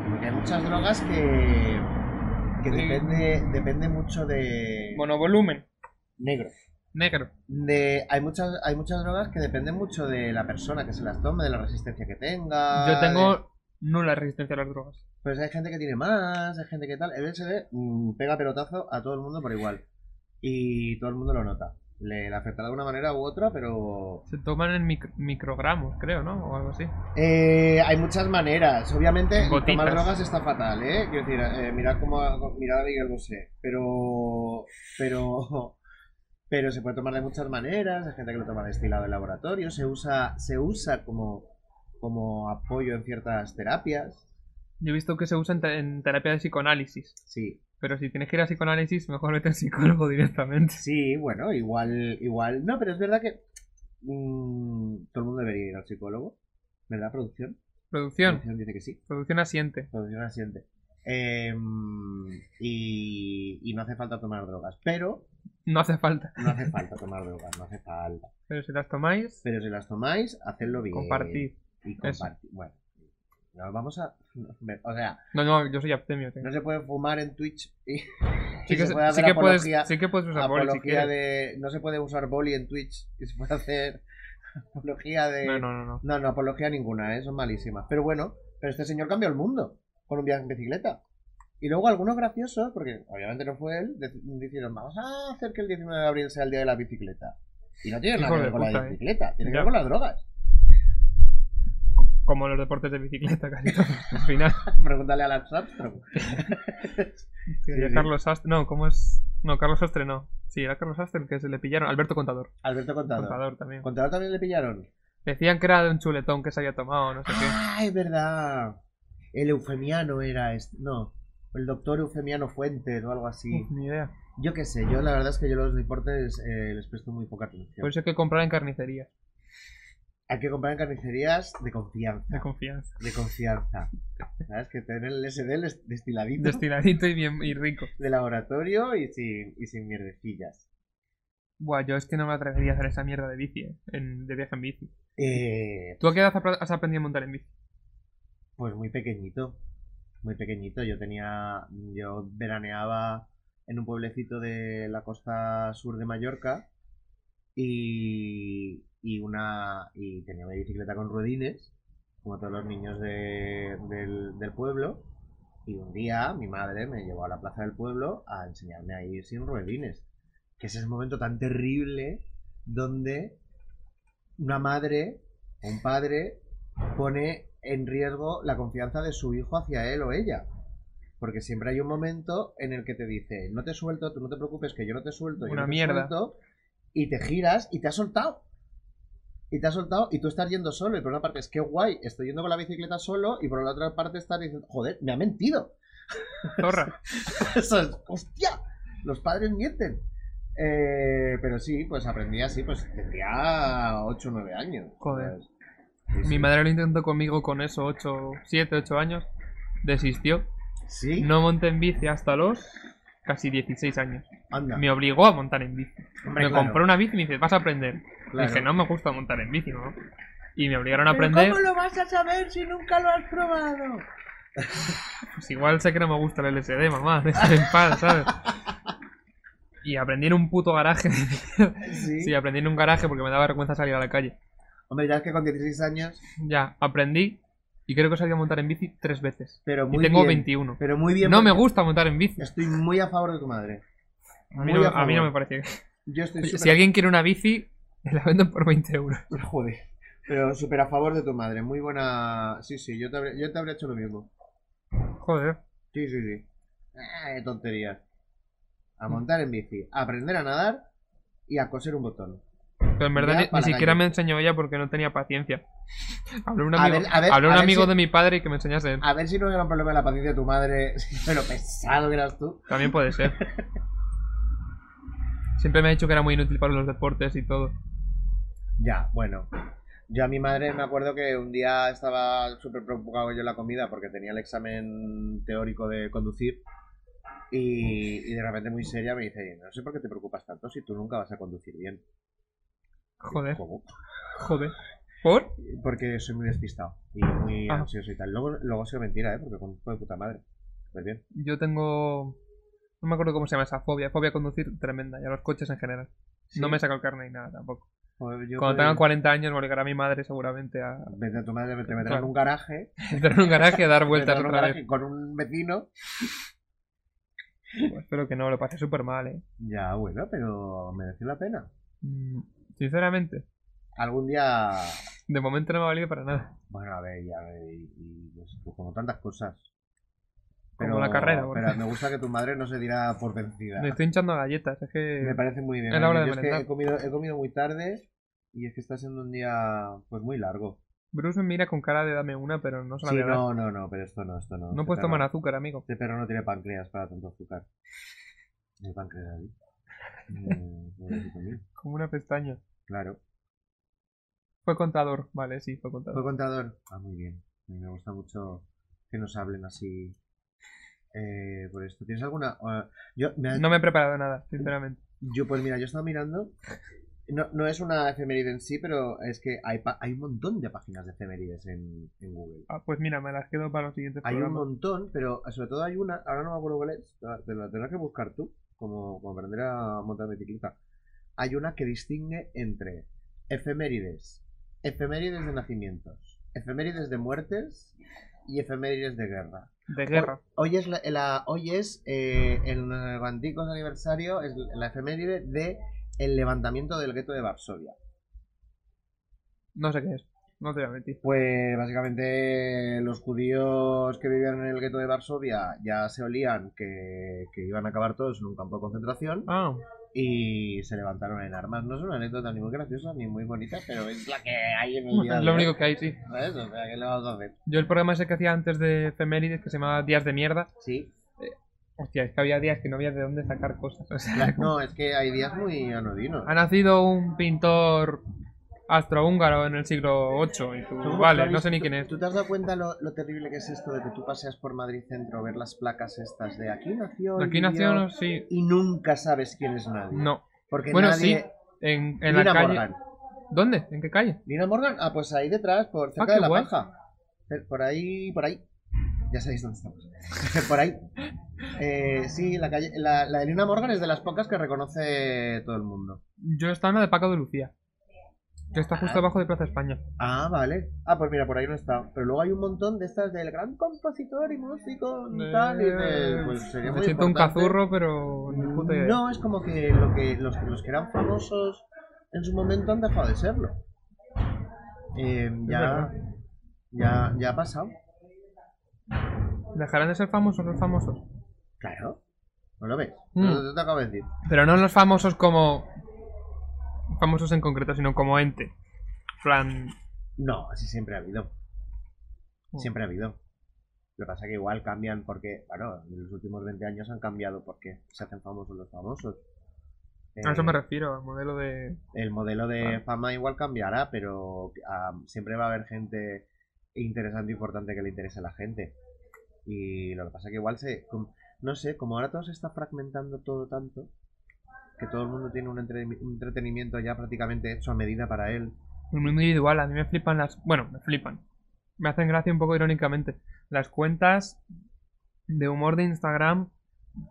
Speaker 2: Porque hay muchas drogas que...
Speaker 1: Sí.
Speaker 2: que depende, depende mucho de...
Speaker 1: Monovolumen,
Speaker 2: negro.
Speaker 1: negro.
Speaker 2: de hay muchas hay muchas drogas que dependen mucho de la persona que se las tome de la resistencia que tenga
Speaker 1: Yo
Speaker 2: de-
Speaker 1: tengo nula resistencia a las drogas.
Speaker 2: pues hay gente que tiene más hay gente que tal el LSD mm, pega pelotazo a todo el mundo por igual y todo el mundo lo nota le, le afecta de una manera u otra pero
Speaker 1: Se toman en mic- microgramos, creo, ¿no? O algo así.
Speaker 2: Eh, hay muchas maneras. Obviamente,
Speaker 1: Gotitas.
Speaker 2: tomar drogas está fatal, ¿eh? Quiero decir, eh, mirad cómo ha- mirad a Miguel Bosé. Pero. Pero. Pero se puede tomar de muchas maneras. Hay gente que lo toma destilado en laboratorio. Se usa, se usa como, como apoyo en ciertas terapias.
Speaker 1: Yo he visto que se usa en, te- en terapia de psicoanálisis.
Speaker 2: Sí.
Speaker 1: Pero si tienes que ir a psicoanálisis, mejor vete al psicólogo directamente.
Speaker 2: Sí, bueno, igual, igual. No, pero es verdad que. mm, todo el mundo debería ir al psicólogo. ¿Verdad, producción?
Speaker 1: Producción.
Speaker 2: Producción dice que sí.
Speaker 1: Producción asiente.
Speaker 2: producción asiente. Em, y, y no hace falta tomar drogas, pero
Speaker 1: No hace falta.
Speaker 2: no hace falta tomar drogas, no hace falta.
Speaker 1: Pero si las tomáis,
Speaker 2: Pero si las tomáis, hacedlo bien.
Speaker 1: compartid.
Speaker 2: Y compartid. Bueno, nos vamos a. O sea,
Speaker 1: No, no, yo soy abstemio. tío.
Speaker 2: no se puede fumar en Twitch y.
Speaker 1: Sí
Speaker 2: y se
Speaker 1: que, sí
Speaker 2: puede hacer
Speaker 1: que puedes,
Speaker 2: apología-
Speaker 1: sí que puedes usar boli si
Speaker 2: apología
Speaker 1: quieres.
Speaker 2: de. No se puede usar boli en Twitch y se puede hacer apología de.
Speaker 1: No, no, no, no.
Speaker 2: No, no, apología ninguna, ¿eh? son malísimas. Pero bueno, pero este señor cambió el mundo con un viaje en bicicleta. Y luego algunos graciosos, porque obviamente no fue él, dec- dijeron, vamos a hacer que el 19 de abril sea el día de la bicicleta. Y no tiene nada
Speaker 1: Hijo
Speaker 2: que ver
Speaker 1: de
Speaker 2: con la
Speaker 1: puta, ¿eh?
Speaker 2: bicicleta, tiene que
Speaker 1: Ya.
Speaker 2: ver con las drogas.
Speaker 1: Como los deportes de bicicleta, casi todos, Al final.
Speaker 2: Pregúntale a Lance Armstrong.
Speaker 1: Tío,
Speaker 2: Sí,
Speaker 1: ya
Speaker 2: sí.
Speaker 1: Carlos Astre. No, ¿cómo es? No, Carlos Astre no. Sí, era Carlos Astre el que se le pillaron. Alberto Contador.
Speaker 2: Alberto Contador.
Speaker 1: Contador también.
Speaker 2: Contador también le pillaron.
Speaker 1: Decían que era de un chuletón que se había tomado, no sé qué.
Speaker 2: Ah, es verdad. El eufemiano era este. No, el doctor Eufemiano Fuentes o algo así.
Speaker 1: Uf, ni idea.
Speaker 2: Yo qué sé, yo la verdad es que yo los deportes eh, les presto muy poca atención.
Speaker 1: Por eso hay que comprar en carnicería,
Speaker 2: Hay que comprar en carnicerías de confianza.
Speaker 1: de confianza.
Speaker 2: De confianza. ¿Sabes? Que tener el SD les- destiladito
Speaker 1: Destiladito y bien y rico.
Speaker 2: de laboratorio y sin, y sin mierdecillas.
Speaker 1: Buah, yo es que no me atrevería a hacer esa mierda de bici, eh, en- de viaje en bici.
Speaker 2: Eh,
Speaker 1: ¿Tú a qué edad apre- has aprendido a montar en bici?
Speaker 2: pues muy pequeñito. Muy pequeñito. Yo tenía. Yo veraneaba en un pueblecito de la costa sur de Mallorca. Y. Y una. Y tenía mi bicicleta con ruedines. Como todos los niños de- del, del pueblo. Y un día mi madre me llevó a la plaza del pueblo a enseñarme a ir sin ruedines. Que es ese momento tan terrible donde una madre o un padre pone en riesgo la confianza de su hijo hacia él o ella. Porque siempre hay un momento en el que te dice, no te suelto, tú no te preocupes, que yo no te suelto, yo
Speaker 1: Una
Speaker 2: no te
Speaker 1: mierda.
Speaker 2: suelto", y te giras y te has soltado. Y te has soltado y tú estás yendo solo. Y por una parte es que guay, estoy yendo con la bicicleta solo. Y por la otra parte estás diciendo, joder, me ha mentido.
Speaker 1: Zorra.
Speaker 2: Eso es- ¡Hostia! Los padres mienten. Eh, pero sí, pues aprendí así, pues tendría 8 o 9 años.
Speaker 1: Joder.
Speaker 2: ¿sabes? Sí, sí.
Speaker 1: Mi madre lo intentó conmigo con eso, 8, 7, 8 años. Desistió.
Speaker 2: Sí,
Speaker 1: No monté en bici hasta los casi 16 años.
Speaker 2: anda.
Speaker 1: Me obligó a montar en bici.
Speaker 2: Hombre,
Speaker 1: me
Speaker 2: claro,
Speaker 1: compró una bici y me dice, vas a aprender.
Speaker 2: claro.
Speaker 1: Dije, no eh". me gusta montar en bici, ¿no? Y me obligaron a aprender.
Speaker 2: lo vas a saber si nunca lo has probado?
Speaker 1: Pues igual sé que no me gusta el LSD, mamá. Déjame en paz, ¿sabes? Y aprendí en un puto garaje.
Speaker 2: Sí.
Speaker 1: Sí, aprendí en un garaje porque me daba vergüenza salir a la calle.
Speaker 2: Hombre, ya es que con 16 años,
Speaker 1: Ya, aprendí y creo que he salido a montar en bici tres veces.
Speaker 2: pero
Speaker 1: Y
Speaker 2: muy
Speaker 1: tengo
Speaker 2: bien.
Speaker 1: 21.
Speaker 2: Pero muy bien.
Speaker 1: No me
Speaker 2: porque
Speaker 1: gusta montar en bici.
Speaker 2: Estoy muy a favor de tu madre.
Speaker 1: A mí,
Speaker 2: muy
Speaker 1: no,
Speaker 2: a
Speaker 1: a mí
Speaker 2: favor.
Speaker 1: no me parece.
Speaker 2: Yo estoy súper
Speaker 1: Si alguien quiere una bici, la venden por 20 euros.
Speaker 2: Joder. Pero súper a favor de tu madre. Muy buena. Sí, sí, yo te habría, yo te habría hecho lo mismo.
Speaker 1: Joder.
Speaker 2: Sí, sí, Mm. sí. Eh, tonterías. A montar en bici, a aprender a nadar y a coser un botón.
Speaker 1: Pero en verdad
Speaker 2: Ya,
Speaker 1: ni-
Speaker 2: para
Speaker 1: ni,
Speaker 2: la
Speaker 1: siquiera
Speaker 2: calle.
Speaker 1: me enseñó ella porque no tenía paciencia. Habló un
Speaker 2: A
Speaker 1: amigo,
Speaker 2: ver, a ver,
Speaker 1: habló
Speaker 2: a
Speaker 1: un
Speaker 2: ver
Speaker 1: amigo
Speaker 2: si-
Speaker 1: de mi padre que me enseñase.
Speaker 2: A ver si no era un problema de la paciencia de tu madre, de lo pesado que eras tú.
Speaker 1: También puede ser. Siempre me ha dicho que era muy inútil para los deportes y todo.
Speaker 2: Ya, bueno. Yo a mi madre me acuerdo que un día estaba súper preocupado yo en la comida porque tenía el examen teórico de conducir y, y de repente muy seria me dice, no sé por qué te preocupas tanto si tú nunca vas a conducir bien.
Speaker 1: Joder,
Speaker 2: ¿Cómo?
Speaker 1: joder. ¿Por?
Speaker 2: Porque soy muy despistado y muy
Speaker 1: Ah.
Speaker 2: ansioso y tal. Luego, luego ha sido mentira, ¿eh? Porque conduzco de puta madre. Pues bien.
Speaker 1: Yo tengo... No me acuerdo cómo se llama esa fobia. Fobia a conducir tremenda. Y a los coches en general. No
Speaker 2: Sí.
Speaker 1: me saco el carnet ni nada tampoco.
Speaker 2: Joder, yo
Speaker 1: Cuando
Speaker 2: creo
Speaker 1: tenga
Speaker 2: que-
Speaker 1: 40 años me obligará mi madre seguramente a
Speaker 2: Vete a tu madre, te meterá en
Speaker 1: Claro.
Speaker 2: un garaje,
Speaker 1: entrar en un garaje a dar vueltas
Speaker 2: meterá en un
Speaker 1: otra vez.
Speaker 2: garaje con un vecino.
Speaker 1: Pues espero que no, lo pasé súper mal, ¿eh?
Speaker 2: Ya, bueno, pero mereció la pena.
Speaker 1: Mm, Sinceramente,
Speaker 2: Algún día
Speaker 1: de momento no me ha valido para nada.
Speaker 2: Bueno, a ver, ya, ver, y, y, pues, pues como tantas cosas.
Speaker 1: Como la carrera, por
Speaker 2: Pero me gusta que tu madre no se diera por vencida.
Speaker 1: Me estoy hinchando a galletas, es
Speaker 2: Me
Speaker 1: que...
Speaker 2: parece muy bien. ¿eh?
Speaker 1: es la hora
Speaker 2: Yo
Speaker 1: de
Speaker 2: es que
Speaker 1: merendar.
Speaker 2: he comido, he comido muy tarde y es que está siendo un día pues muy largo.
Speaker 1: Bruce me mira con cara de dame Pues una, pero no se la
Speaker 2: Sí,
Speaker 1: voy a dar.
Speaker 2: no, no, no, pero esto no, esto no.
Speaker 1: No
Speaker 2: Este
Speaker 1: puedes
Speaker 2: perro-
Speaker 1: tomar azúcar, amigo.
Speaker 2: Este perro no tiene páncreas para tanto azúcar. El páncreas ahí. Mm, pobrecito mío.
Speaker 1: Como una pestaña.
Speaker 2: claro.
Speaker 1: Fue contador, vale, sí, fue
Speaker 2: Fue
Speaker 1: contador.
Speaker 2: contador. Ah, muy bien. A mí me gusta mucho que nos hablen así. eh, por esto. ¿Tienes alguna? eh, yo, me ha-
Speaker 1: No me he preparado nada, sinceramente.
Speaker 2: Yo, pues mira, yo estaba mirando. No, no es una efeméride en sí, pero es que hay, pa- hay un montón de páginas de efemérides en, en Google.
Speaker 1: Ah, pues mira, me las quedo para los siguientes
Speaker 2: Hay un
Speaker 1: programas.
Speaker 2: montón, pero eh, sobre todo hay una, ahora no me acuerdo cuál es, te la- te la tendrás que buscar tú, como, como aprender a montar bicicleta. Hay una que distingue entre efemérides, efemérides de nacimientos, efemérides de muertes y efemérides de guerra.
Speaker 1: De guerra.
Speaker 2: Hoy es, la, la- hoy es eh, el Bandicos aniversario, es la efeméride de el levantamiento del gueto de Varsovia.
Speaker 1: No sé qué es. No te voy a mentir.
Speaker 2: Pues básicamente los judíos que vivían en el gueto de Varsovia ya se olían que, que iban a acabar todos en un campo de concentración
Speaker 1: Ah,
Speaker 2: y se levantaron en armas. No es una anécdota ni muy graciosa ni muy bonita, pero es la que hay en el día
Speaker 1: es
Speaker 2: de
Speaker 1: lo
Speaker 2: hoy,
Speaker 1: único que hay, sí.
Speaker 2: ¿sabes? O sea, ¿qué le vamos a hacer?
Speaker 1: Yo el programa ese que hacía antes de efemérides, que se llamaba Días de Mierda,
Speaker 2: Sí,
Speaker 1: eh, Hostia, es que había días que no había de dónde sacar cosas. o sea,
Speaker 2: No, es que hay días muy anodinos.
Speaker 1: ha nacido un pintor astrohúngaro en el siglo VIII. Y tú,
Speaker 2: Seguro que
Speaker 1: vale,
Speaker 2: habéis-
Speaker 1: no sé ni
Speaker 2: ¿tú-
Speaker 1: quién es.
Speaker 2: ¿Tú te has dado cuenta lo, lo terrible que es esto de que tú paseas por Madrid Centro, ver las placas estas de aquí nació, y
Speaker 1: Aquí
Speaker 2: vivió,
Speaker 1: nació, no, sí.
Speaker 2: y nunca sabes quién es nadie?
Speaker 1: No.
Speaker 2: Porque
Speaker 1: Bueno,
Speaker 2: nadie...
Speaker 1: sí. En, en
Speaker 2: Nina
Speaker 1: la calle.
Speaker 2: Morgan.
Speaker 1: ¿Dónde? ¿En qué calle?
Speaker 2: ¿Nina Morgan? Ah, pues ahí detrás, por cerca
Speaker 1: Ah, qué
Speaker 2: de la
Speaker 1: guay.
Speaker 2: paja. Eh, Por ahí, por ahí. Ya sabéis dónde estamos. por ahí. Eh, sí, la, calle, la, la de Nina Morgan es de las pocas que reconoce todo el mundo.
Speaker 1: Yo estaba en la de Paco de Lucía. Que está justo
Speaker 2: Ah.
Speaker 1: abajo de Plaza España.
Speaker 2: Ah, vale. Ah, pues mira, por ahí no está. Pero luego hay un montón de estas del gran compositor y músico y tal. Y de- pues sería
Speaker 1: Eh, me
Speaker 2: muy
Speaker 1: siento un
Speaker 2: importante.
Speaker 1: cazurro, pero ni puta idea.
Speaker 2: No, es como que, lo que los, los que eran famosos en su momento han dejado de serlo. Eh, ya,
Speaker 1: verdad.
Speaker 2: ya, ya ha pasado.
Speaker 1: Dejarán de ser famosos los famosos.
Speaker 2: Claro. ¿No lo ves?
Speaker 1: Mm.
Speaker 2: No, te acabo de decir.
Speaker 1: Pero no los famosos como. famosos en concreto, sino como ente. Plan.
Speaker 2: No, así siempre ha habido.
Speaker 1: Mm.
Speaker 2: Siempre ha habido. Lo que pasa es que igual cambian porque, bueno, en los últimos 20 años han cambiado porque se hacen famosos los famosos. Eh,
Speaker 1: A eso me refiero, al modelo de.
Speaker 2: el modelo de
Speaker 1: Claro.
Speaker 2: fama igual cambiará, pero ah, siempre va a haber gente interesante e importante que le interese a la gente. Y lo que pasa que igual se... com- no sé, como ahora todo se está fragmentando todo tanto, que todo el mundo tiene un, entre- un entretenimiento ya prácticamente hecho a medida para él.
Speaker 1: Un mundo individual, a mí me flipan las. Bueno, me flipan. Me hacen gracia un poco irónicamente. Las cuentas de humor de Instagram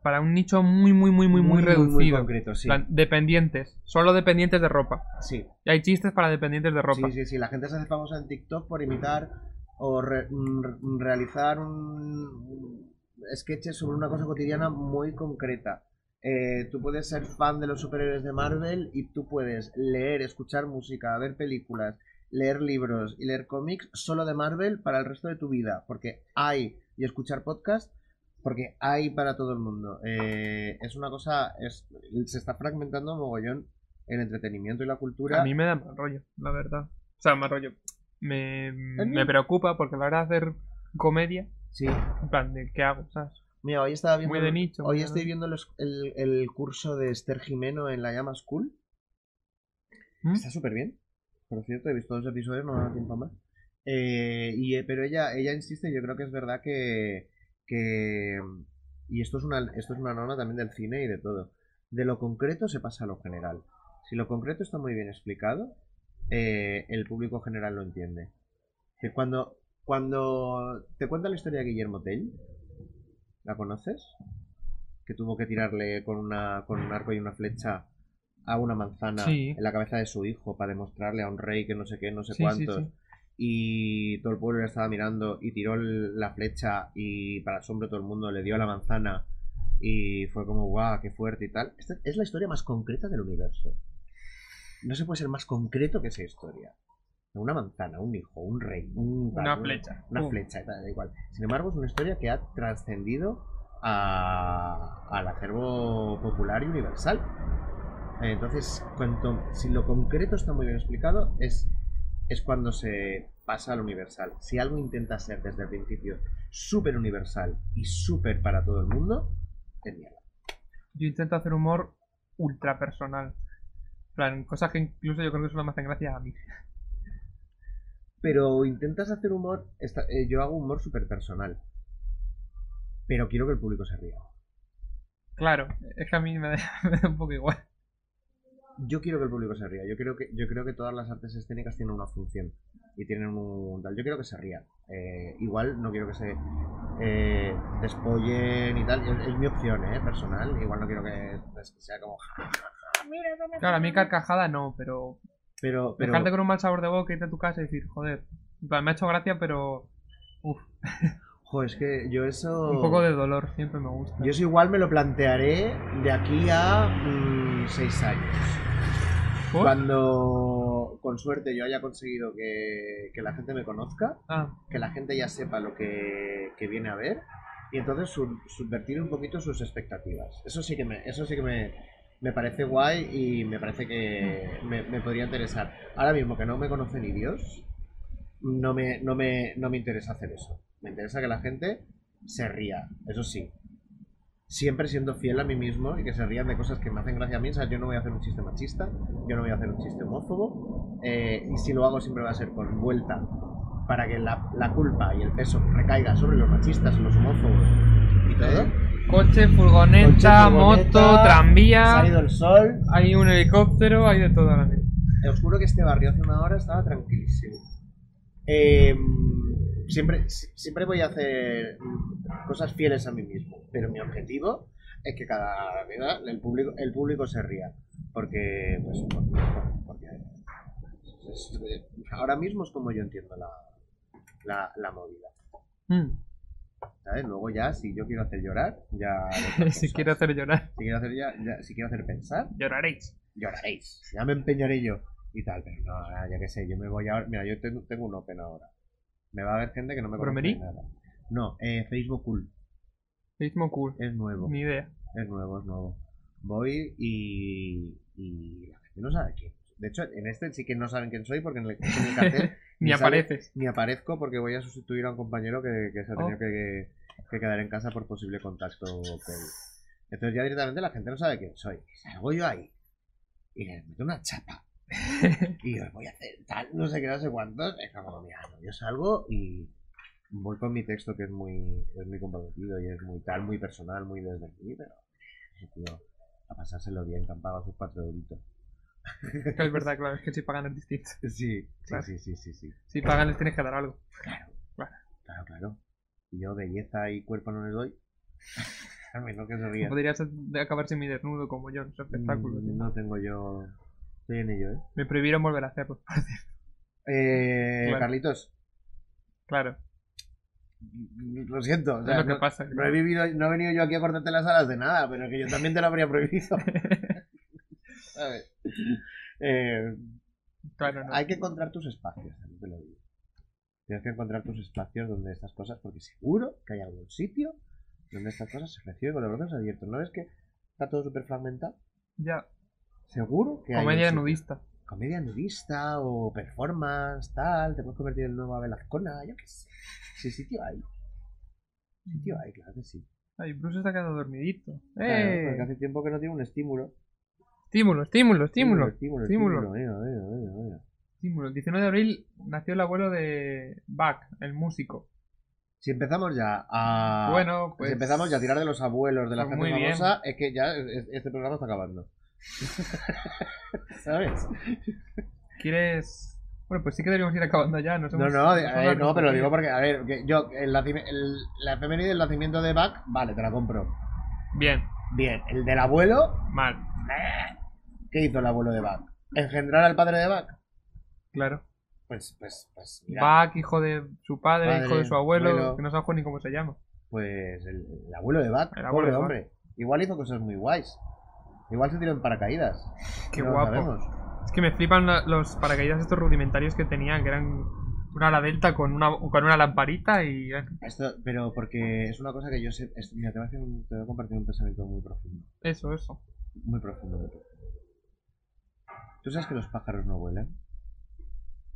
Speaker 1: para un nicho muy, muy, muy, muy, muy, reducido.
Speaker 2: concreto, sí.
Speaker 1: Plan, dependientes. Solo dependientes de ropa.
Speaker 2: Sí,
Speaker 1: Y hay chistes para dependientes de ropa.
Speaker 2: sí, sí, sí. La gente se hace famosa en TikTok por imitar o re- mm, realizar un sketch sobre una cosa cotidiana muy concreta. Eh, tú puedes ser fan de los superhéroes de Marvel y tú puedes leer, escuchar música, ver películas, leer libros y leer cómics solo de Marvel para el resto de tu vida, porque hay y escuchar podcast, porque hay para todo el mundo. Eh, es una cosa, es, se está fragmentando mogollón el entretenimiento y la cultura.
Speaker 1: A mí me da mal rollo, la verdad. O sea, mal rollo. Me, me
Speaker 2: mí-
Speaker 1: preocupa porque la hora de hacer comedia,
Speaker 2: Sí.
Speaker 1: en plan, de ¿qué hago? ¿Sabes?
Speaker 2: Mira, hoy estaba viendo.
Speaker 1: Muy de nicho,
Speaker 2: Hoy
Speaker 1: muy de
Speaker 2: estoy
Speaker 1: nicho.
Speaker 2: viendo los- el, el curso de Esther Jimeno en la Llama School.
Speaker 1: ¿Mm?
Speaker 2: Está súper bien. Por cierto, he visto dos episodios, no me ha dado tiempo a más. Eh, y, eh, pero ella, ella insiste, yo creo que es verdad que. que y esto es, una, esto es una norma también del cine y de todo. De lo concreto se pasa a lo general. Si lo concreto está muy bien explicado, eh, el público general lo entiende. Que cuando, cuando te cuenta la historia de Guillermo Tell, ¿la conoces? Que tuvo que tirarle con, una, con un arco y una flecha a una manzana
Speaker 1: Sí.
Speaker 2: en la cabeza de su hijo para demostrarle a un rey que no sé qué, no sé
Speaker 1: Sí, sí,
Speaker 2: cuántos.
Speaker 1: sí.
Speaker 2: Y todo el pueblo le estaba mirando y tiró el- la flecha y para asombro de todo el mundo le dio la manzana y fue como, guau, qué fuerte y tal. Esta es la historia más concreta del universo. No se puede ser más concreto que esa historia. Una manzana, un hijo, un rey, un
Speaker 1: Una flecha. Uh.
Speaker 2: Una
Speaker 1: Pum.
Speaker 2: flecha, da da igual. Sin embargo, es una historia que ha trascendido a- al acervo popular y universal. Eh, Entonces, cuanto, si lo concreto está muy bien explicado, es, es cuando se pasa al universal. Si algo intenta ser desde el principio súper universal y súper para todo el mundo, es mierda.
Speaker 1: Yo intento hacer humor ultra personal. En plan, cosas que incluso yo creo que solo me hacen gracia a mí.
Speaker 2: Pero intentas hacer humor. esta- eh, yo hago humor súper personal. Pero quiero que el público se ría.
Speaker 1: Claro, es que a mí me da, me da un poco igual.
Speaker 2: Yo quiero que el público se ría. Yo creo que, yo creo que todas las artes escénicas tienen una función y tienen un tal. Yo quiero que se ría. Eh, igual no quiero que se eh, despollen y tal. Es, es mi opción, ¿eh? Personal. Igual no quiero que, pues, que sea como. "Ja, ja, ja, mira, no me
Speaker 1: Claro, a mí
Speaker 2: jodas".
Speaker 1: carcajada no, pero,
Speaker 2: Pero, pero
Speaker 1: dejarte con un mal sabor de boca, irte a tu casa y decir, joder, en plan, me ha hecho gracia, pero
Speaker 2: jo, es que yo eso.
Speaker 1: un poco de dolor siempre me gusta.
Speaker 2: Yo eso igual me lo plantearé de aquí a 6 seis años.
Speaker 1: ¿Por?
Speaker 2: Cuando con suerte yo haya conseguido que, que la gente me conozca,
Speaker 1: Ah,
Speaker 2: que la gente ya sepa lo que, que viene a ver y entonces sub- subvertir un poquito sus expectativas. Eso sí que me, eso sí que me, me parece guay y me parece que me, me podría interesar. Ahora mismo que no me conoce ni Dios, no me, no, me, no me interesa hacer eso. Me interesa que la gente se ría, eso sí. siempre siendo fiel a mí mismo y que se rían de cosas que me hacen gracia a mí. O sea, yo no voy a hacer un chiste machista, yo no voy a hacer un chiste homófobo. eh, y si lo hago, siempre va a ser con vuelta para que la, la culpa y el peso recaiga sobre los machistas, los homófobos y todo.
Speaker 1: Coche, furgoneta,
Speaker 2: Coche, furgoneta,
Speaker 1: moto,
Speaker 2: Se ha ido
Speaker 1: tranvía.
Speaker 2: el sol.
Speaker 1: Hay un helicóptero, hay de todo ahora mismo.
Speaker 2: Te os juro que este barrio hace una hora estaba tranquilísimo. Eh, siempre, si- siempre voy a hacer cosas fieles a mí mismo, pero mi objetivo es que cada vida el público, el público se ría. Porque, pues, porque, porque- es- eh, ahora mismo es como yo entiendo la, la, la movida.
Speaker 1: Mm,
Speaker 2: ¿sabes? Luego ya, si yo quiero hacer llorar, ya...
Speaker 1: si quiero hacer llorar,
Speaker 2: Si quiero hacer, ya- ya- si quiero hacer pensar,
Speaker 1: lloraréis.
Speaker 2: lloraréis. Ya me empeñaré yo y tal, pero no, ahora ya que sé, yo me voy ahora. Mira, yo tengo, tengo un open ahora. Me va a ver gente que no me conoce
Speaker 1: ¿Bromerí?
Speaker 2: de nada. No, eh, Facebook Cool.
Speaker 1: Mismo cool.
Speaker 2: Es nuevo,
Speaker 1: Ni idea.
Speaker 2: es nuevo, es nuevo. Voy y, y la gente no sabe quién. De hecho, en este sí que no saben quién soy porque en el, en el cartel
Speaker 1: Ni
Speaker 2: sale-
Speaker 1: apareces.
Speaker 2: ni aparezco porque voy a sustituir a un compañero que, que se ha
Speaker 1: Oh.
Speaker 2: tenido que, que quedar en casa por posible contacto COVID. Entonces ya directamente la gente no sabe quién soy. Y Salgo yo ahí y les meto una chapa. y os voy a hacer tal, no sé qué, no sé cuántos. Es como, mira, no, yo salgo y voy con mi texto que es muy, es muy comprometido y es muy tal, muy personal, muy desde aquí, pero sí, tío, a pasárselo bien, que han pagado sus cuatro euritos.
Speaker 1: Que es verdad, claro, es que si pagan es distinto.
Speaker 2: Sí, sí,
Speaker 1: Claro.
Speaker 2: sí, sí, sí, sí.
Speaker 1: Si pagan les tienes que dar algo.
Speaker 2: Claro, claro. Y yo belleza y cuerpo no le doy. A menos que se ría.
Speaker 1: Podrías acabar sin mi desnudo como yo en ese espectáculo.
Speaker 2: Mm, No tengo yo. Estoy en ello, ¿eh?
Speaker 1: Me prohibieron volver a hacerlo.
Speaker 2: Eh,
Speaker 1: Claro.
Speaker 2: Carlitos,
Speaker 1: Claro,
Speaker 2: lo siento. o
Speaker 1: es
Speaker 2: sea,
Speaker 1: lo que
Speaker 2: Ah, no,
Speaker 1: pasa.
Speaker 2: no he vivido, no he venido yo aquí a cortarte las alas de nada, pero que yo también te lo habría prohibido. ¿Sabes? Eh,
Speaker 1: Claro, no.
Speaker 2: hay que encontrar tus espacios, también te lo digo. Tienes que encontrar tus espacios donde estas cosas, porque seguro que hay algún sitio donde estas cosas se reciben con los brazos abiertos. ¿No ves que está todo súper fragmentado?
Speaker 1: Ya,
Speaker 2: Seguro que hay un
Speaker 1: comedia
Speaker 2: sitio.
Speaker 1: nudista.
Speaker 2: Comedia nudista o performance, tal. Te puedes convertir en nuevo Abel Azcona, yo qué sé. Sí, sitio hay. Sitio hay, claro que sí.
Speaker 1: Ay, Bruce está quedando dormidito.
Speaker 2: Claro,
Speaker 1: ¡Eh!
Speaker 2: porque hace tiempo que no tiene un estímulo.
Speaker 1: Estímulo, estímulo, estímulo.
Speaker 2: Estímulo,
Speaker 1: estímulo.
Speaker 2: estímulo. mira, mira, mira, mira.
Speaker 1: Estímulo. El 19 de abril nació el abuelo de Bach, el músico.
Speaker 2: Si empezamos ya a.
Speaker 1: bueno, pues.
Speaker 2: Ah, Si empezamos ya a tirar de los abuelos de la
Speaker 1: pues
Speaker 2: gente
Speaker 1: muy bien.
Speaker 2: famosa, es que ya es- este programa está acabando. ¿Sabes?
Speaker 1: ¿Quieres.? Bueno, pues sí que deberíamos ir acabando ya. Nos
Speaker 2: No,
Speaker 1: hemos-
Speaker 2: no,
Speaker 1: nos
Speaker 2: de- a
Speaker 1: hemos
Speaker 2: ver, no,
Speaker 1: arrepentido.
Speaker 2: pero lo digo porque, a ver, que yo, el, nacime- el- la efeméride del nacimiento de Bach, vale, te la compro.
Speaker 1: Bien,
Speaker 2: Bien, el del abuelo,
Speaker 1: mal,
Speaker 2: ¿Qué hizo el abuelo de Bach? ¿Engendrar al padre de Bach?
Speaker 1: claro.
Speaker 2: Pues, pues, pues, mira,
Speaker 1: Bach, hijo de su padre,
Speaker 2: Padre,
Speaker 1: hijo de su abuelo,
Speaker 2: abuelo.
Speaker 1: que no sabemos ni cómo se llama.
Speaker 2: pues el, el abuelo de Bach,
Speaker 1: El abuelo
Speaker 2: pobre
Speaker 1: de Bach.
Speaker 2: hombre. Igual hizo cosas muy guays. Igual se tiró en paracaídas.
Speaker 1: Qué
Speaker 2: No lo
Speaker 1: guapo.
Speaker 2: sabemos.
Speaker 1: Es que me flipan la- los paracaídas estos rudimentarios que tenían, que eran una ala delta con una, con una lamparita y... eh,
Speaker 2: Esto, pero porque es una cosa que yo sé. es- mira, te voy, a hacer un- te voy a compartir un pensamiento muy profundo.
Speaker 1: Eso, eso.
Speaker 2: Muy profundo, muy profundo. ¿Tú sabes que los pájaros no vuelan?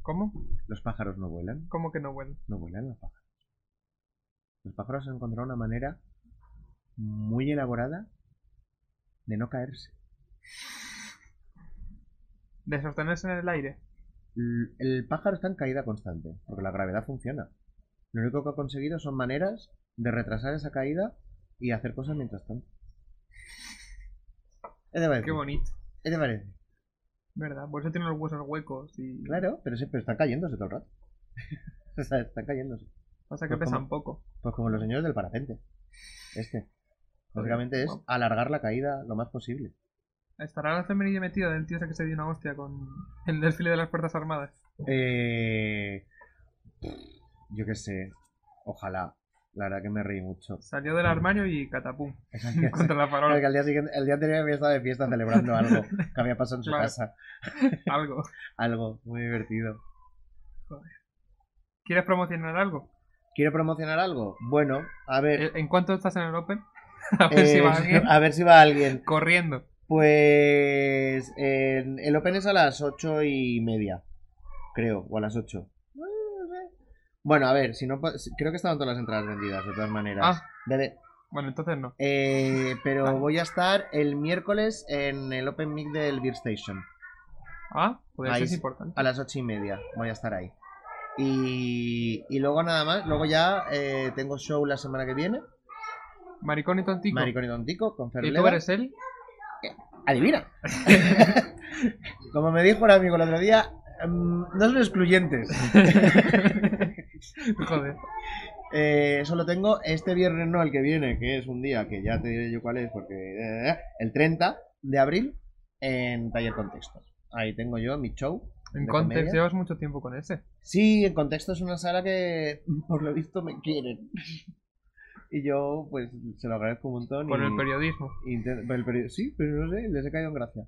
Speaker 1: ¿Cómo?
Speaker 2: ¿Los pájaros no vuelan?
Speaker 1: ¿Cómo que no vuelan?
Speaker 2: No vuelan los pájaros. Los pájaros han encontrado una manera muy elaborada de no caerse.
Speaker 1: De sostenerse en el aire.
Speaker 2: L- El pájaro está en caída constante, porque la gravedad funciona. Lo único que ha conseguido son maneras de retrasar esa caída y hacer cosas mientras tanto. ¿Qué te parece?
Speaker 1: Qué bonito,
Speaker 2: ¿Qué te parece?
Speaker 1: ¿verdad? Por eso tienen los huesos huecos y...
Speaker 2: Claro, pero, sí, pero están cayéndose todo el rato. o sea, están cayéndose.
Speaker 1: Pasa que
Speaker 2: Pues
Speaker 1: pesan poco.
Speaker 2: Pues como los señores del parapente. Este. Básicamente es
Speaker 1: guau.
Speaker 2: alargar la caída lo más posible.
Speaker 1: ¿Estará la femenina metida del tío ese que se dio una hostia con el desfile de las Fuerzas Armadas?
Speaker 2: Eh, Yo qué sé. Ojalá. La verdad que me reí mucho.
Speaker 1: Salió del armario y catapum. Contra la
Speaker 2: Claro, que
Speaker 1: farola.
Speaker 2: al día, siguiente, el día anterior había estado de fiesta celebrando algo que había pasado en su
Speaker 1: Claro.
Speaker 2: casa.
Speaker 1: Algo.
Speaker 2: Algo muy divertido.
Speaker 1: ¿Quieres promocionar algo? Eh,
Speaker 2: ¿Quiero promocionar algo? Bueno, a ver.
Speaker 1: ¿En cuánto estás en el Open? A ver si
Speaker 2: eh,
Speaker 1: va alguien
Speaker 2: a ver si va alguien.
Speaker 1: corriendo.
Speaker 2: Pues en- el Open es a las ocho y media, creo, o a las ocho. Bueno, a ver, si no, po- creo que estaban todas las entradas vendidas, de todas maneras.
Speaker 1: Ah,
Speaker 2: Debe-
Speaker 1: Bueno, entonces no.
Speaker 2: Eh, pero
Speaker 1: Vale.
Speaker 2: voy a estar el miércoles en el Open Mic del Beer Station.
Speaker 1: Ah, podría
Speaker 2: Ahí
Speaker 1: ser
Speaker 2: sí.
Speaker 1: importante.
Speaker 2: A las ocho y media voy a estar ahí. Y, y luego nada más, luego ya eh, tengo show la semana que viene.
Speaker 1: Maricón y tontico.
Speaker 2: Maricón y Tontico con Fer
Speaker 1: ¿Y tú
Speaker 2: Leva.
Speaker 1: eres él?
Speaker 2: Adivina. Como me dijo un amigo el otro día, mm, no son excluyentes.
Speaker 1: Joder.
Speaker 2: Eh, eso lo tengo este viernes, no el que viene, que es un día que ya te diré yo cuál es, porque eh, el 30 de abril en Taller Contexto. Ahí tengo yo mi show.
Speaker 1: En
Speaker 2: ¿De
Speaker 1: Context
Speaker 2: comedia?
Speaker 1: llevas mucho tiempo con ese.
Speaker 2: Sí, en Contexto es una sala que por lo visto me quieren. Y yo, pues, se lo agradezco un montón.
Speaker 1: Con
Speaker 2: y...
Speaker 1: el periodismo.
Speaker 2: Inten- por el periodo- sí, pero no sé, les he caído en gracia.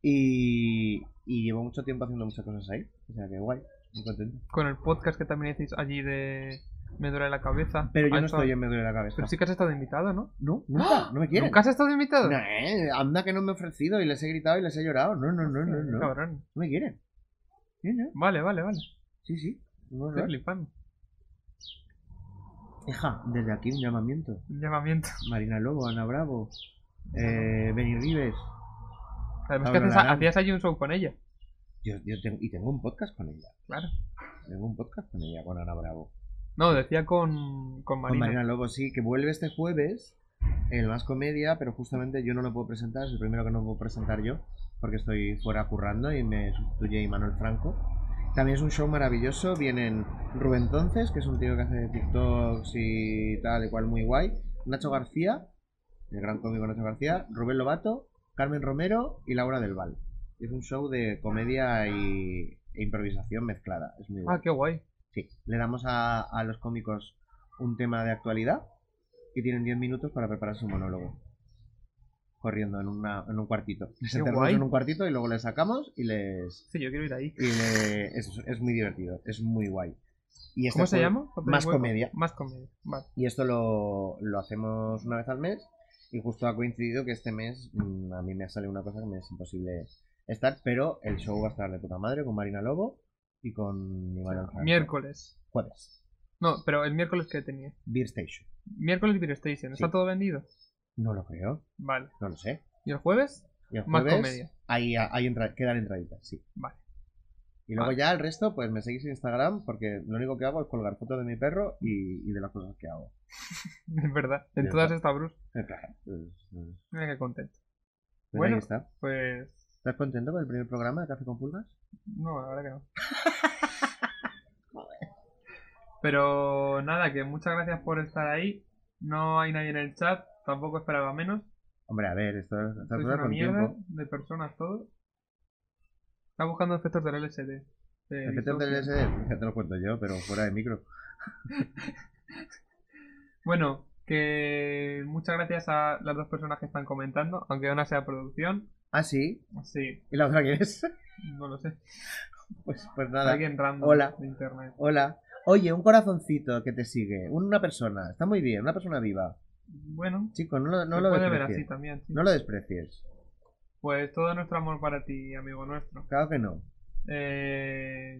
Speaker 2: Y, y llevo mucho tiempo haciendo muchas cosas ahí. O sea que guay, muy contento.
Speaker 1: Con el podcast que también hacéis allí de Me duele la cabeza.
Speaker 2: Pero yo
Speaker 1: Ah,
Speaker 2: no
Speaker 1: eso-
Speaker 2: estoy en me duele la cabeza.
Speaker 1: Pero sí que has estado invitado, ¿no?
Speaker 2: No, nunca, no me quieren.
Speaker 1: ¿Nunca has estado invitado?
Speaker 2: No, eh, anda que no me he ofrecido y les he gritado y les he llorado. No, no, no, no, no. No
Speaker 1: Cabrón.
Speaker 2: me quieren. Sí, no,
Speaker 1: Vale, vale, vale.
Speaker 2: sí, sí. No,
Speaker 1: Estoy
Speaker 2: no.
Speaker 1: flipando.
Speaker 2: Hija, desde aquí un llamamiento.
Speaker 1: Un llamamiento.
Speaker 2: Marina Lobo, Ana Bravo, eh, Benny Rives.
Speaker 1: Además
Speaker 2: Ah,
Speaker 1: que haces-
Speaker 2: ¿verdad?
Speaker 1: hacías allí un show con ella.
Speaker 2: Yo, yo tengo, y tengo un podcast con ella.
Speaker 1: Claro.
Speaker 2: Tengo un podcast con ella, con Ana Bravo.
Speaker 1: No, decía con, con
Speaker 2: Con
Speaker 1: Marina.
Speaker 2: Marina Lobo, sí, que vuelve este jueves, el más comedia, pero justamente yo no lo puedo presentar, es el primero que no puedo presentar yo, porque estoy fuera currando y me sustituye Imanol Franco. También es un show maravilloso, vienen Rubén Entonces, que es un tío que hace TikToks y tal y cual muy guay, Nacho García, el gran cómico Nacho García, Rubén Lobato, Carmen Romero y Laura del Val. Es un show de comedia y, e improvisación mezclada, es muy guay.
Speaker 1: Ah, qué guay.
Speaker 2: Sí, le damos a, a los cómicos un tema de actualidad y tienen 10 minutos para preparar su monólogo. Corriendo en, una, en un cuartito. Les
Speaker 1: Qué
Speaker 2: encerramos
Speaker 1: guay.
Speaker 2: en un cuartito y luego les sacamos y les.
Speaker 1: Sí, yo quiero ir ahí.
Speaker 2: y le- es, es muy divertido, es muy guay. Y este
Speaker 1: ¿Cómo se
Speaker 2: fue-
Speaker 1: llama? ¿Para tener
Speaker 2: Más
Speaker 1: hueco?
Speaker 2: comedia.
Speaker 1: Más comedia. Vale.
Speaker 2: Y esto lo, lo hacemos una vez al mes. Y justo ha coincidido que este mes mm, a mí me ha salido una cosa que me es imposible estar, pero el show va a estar de puta madre con Marina Lobo y con Iván Alfaro.
Speaker 1: Miércoles.
Speaker 2: Jueves.
Speaker 1: No, pero el miércoles que tenía.
Speaker 2: Beer Station.
Speaker 1: Miércoles Beer Station. ¿Está
Speaker 2: Sí.
Speaker 1: todo vendido?
Speaker 2: No lo creo,
Speaker 1: Vale.
Speaker 2: no lo sé.
Speaker 1: ¿Y el jueves?
Speaker 2: Y el
Speaker 1: Más
Speaker 2: jueves,
Speaker 1: comedia.
Speaker 2: Ahí, ahí entra- quedan entraditas, sí.
Speaker 1: Vale.
Speaker 2: Y luego
Speaker 1: Ah.
Speaker 2: ya el resto, pues me seguís en Instagram porque lo único que hago es colgar fotos de mi perro y, y de las cosas que hago.
Speaker 1: Es verdad. En
Speaker 2: Bien,
Speaker 1: todas
Speaker 2: claro.
Speaker 1: está Bruce.
Speaker 2: Eh, claro, pues, pues,
Speaker 1: Mira qué contento.
Speaker 2: ahí
Speaker 1: Bueno.
Speaker 2: está.
Speaker 1: Pues.
Speaker 2: ¿Estás contento con el primer programa de Café con Pulgas?
Speaker 1: No, la verdad que no. Pero nada, que muchas gracias por estar ahí. No hay nadie en el chat, tampoco esperaba menos.
Speaker 2: Hombre, a ver, esto es
Speaker 1: Sois una
Speaker 2: con
Speaker 1: mierda
Speaker 2: tiempo.
Speaker 1: de personas todo. Está buscando efectos del LSD. de
Speaker 2: Efectos del
Speaker 1: disocio.
Speaker 2: SD, ya te lo cuento yo, pero fuera de micro.
Speaker 1: Bueno, que muchas gracias a las dos personas que están comentando, aunque una sea producción.
Speaker 2: Ah, sí.
Speaker 1: Sí,
Speaker 2: ¿Y la otra quién es?
Speaker 1: no lo sé.
Speaker 2: Pues, pues nada.
Speaker 1: Alguien random
Speaker 2: Hola.
Speaker 1: de internet.
Speaker 2: Hola. Oye, un corazoncito que te sigue. Una persona. Está muy bien, una persona viva.
Speaker 1: Bueno,
Speaker 2: Chico, no lo, no
Speaker 1: se
Speaker 2: lo
Speaker 1: puede ver así
Speaker 2: desprecies.
Speaker 1: también. sí.
Speaker 2: No lo desprecies.
Speaker 1: Pues todo nuestro amor para ti, amigo nuestro.
Speaker 2: Claro que no.
Speaker 1: Eh,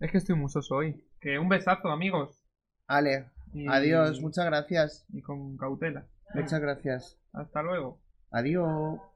Speaker 1: es que estoy musoso hoy. Que un besazo, amigos.
Speaker 2: Ale,
Speaker 1: Y-
Speaker 2: adiós, muchas gracias.
Speaker 1: Y con cautela.
Speaker 2: Muchas gracias.
Speaker 1: Hasta luego.
Speaker 2: Adiós.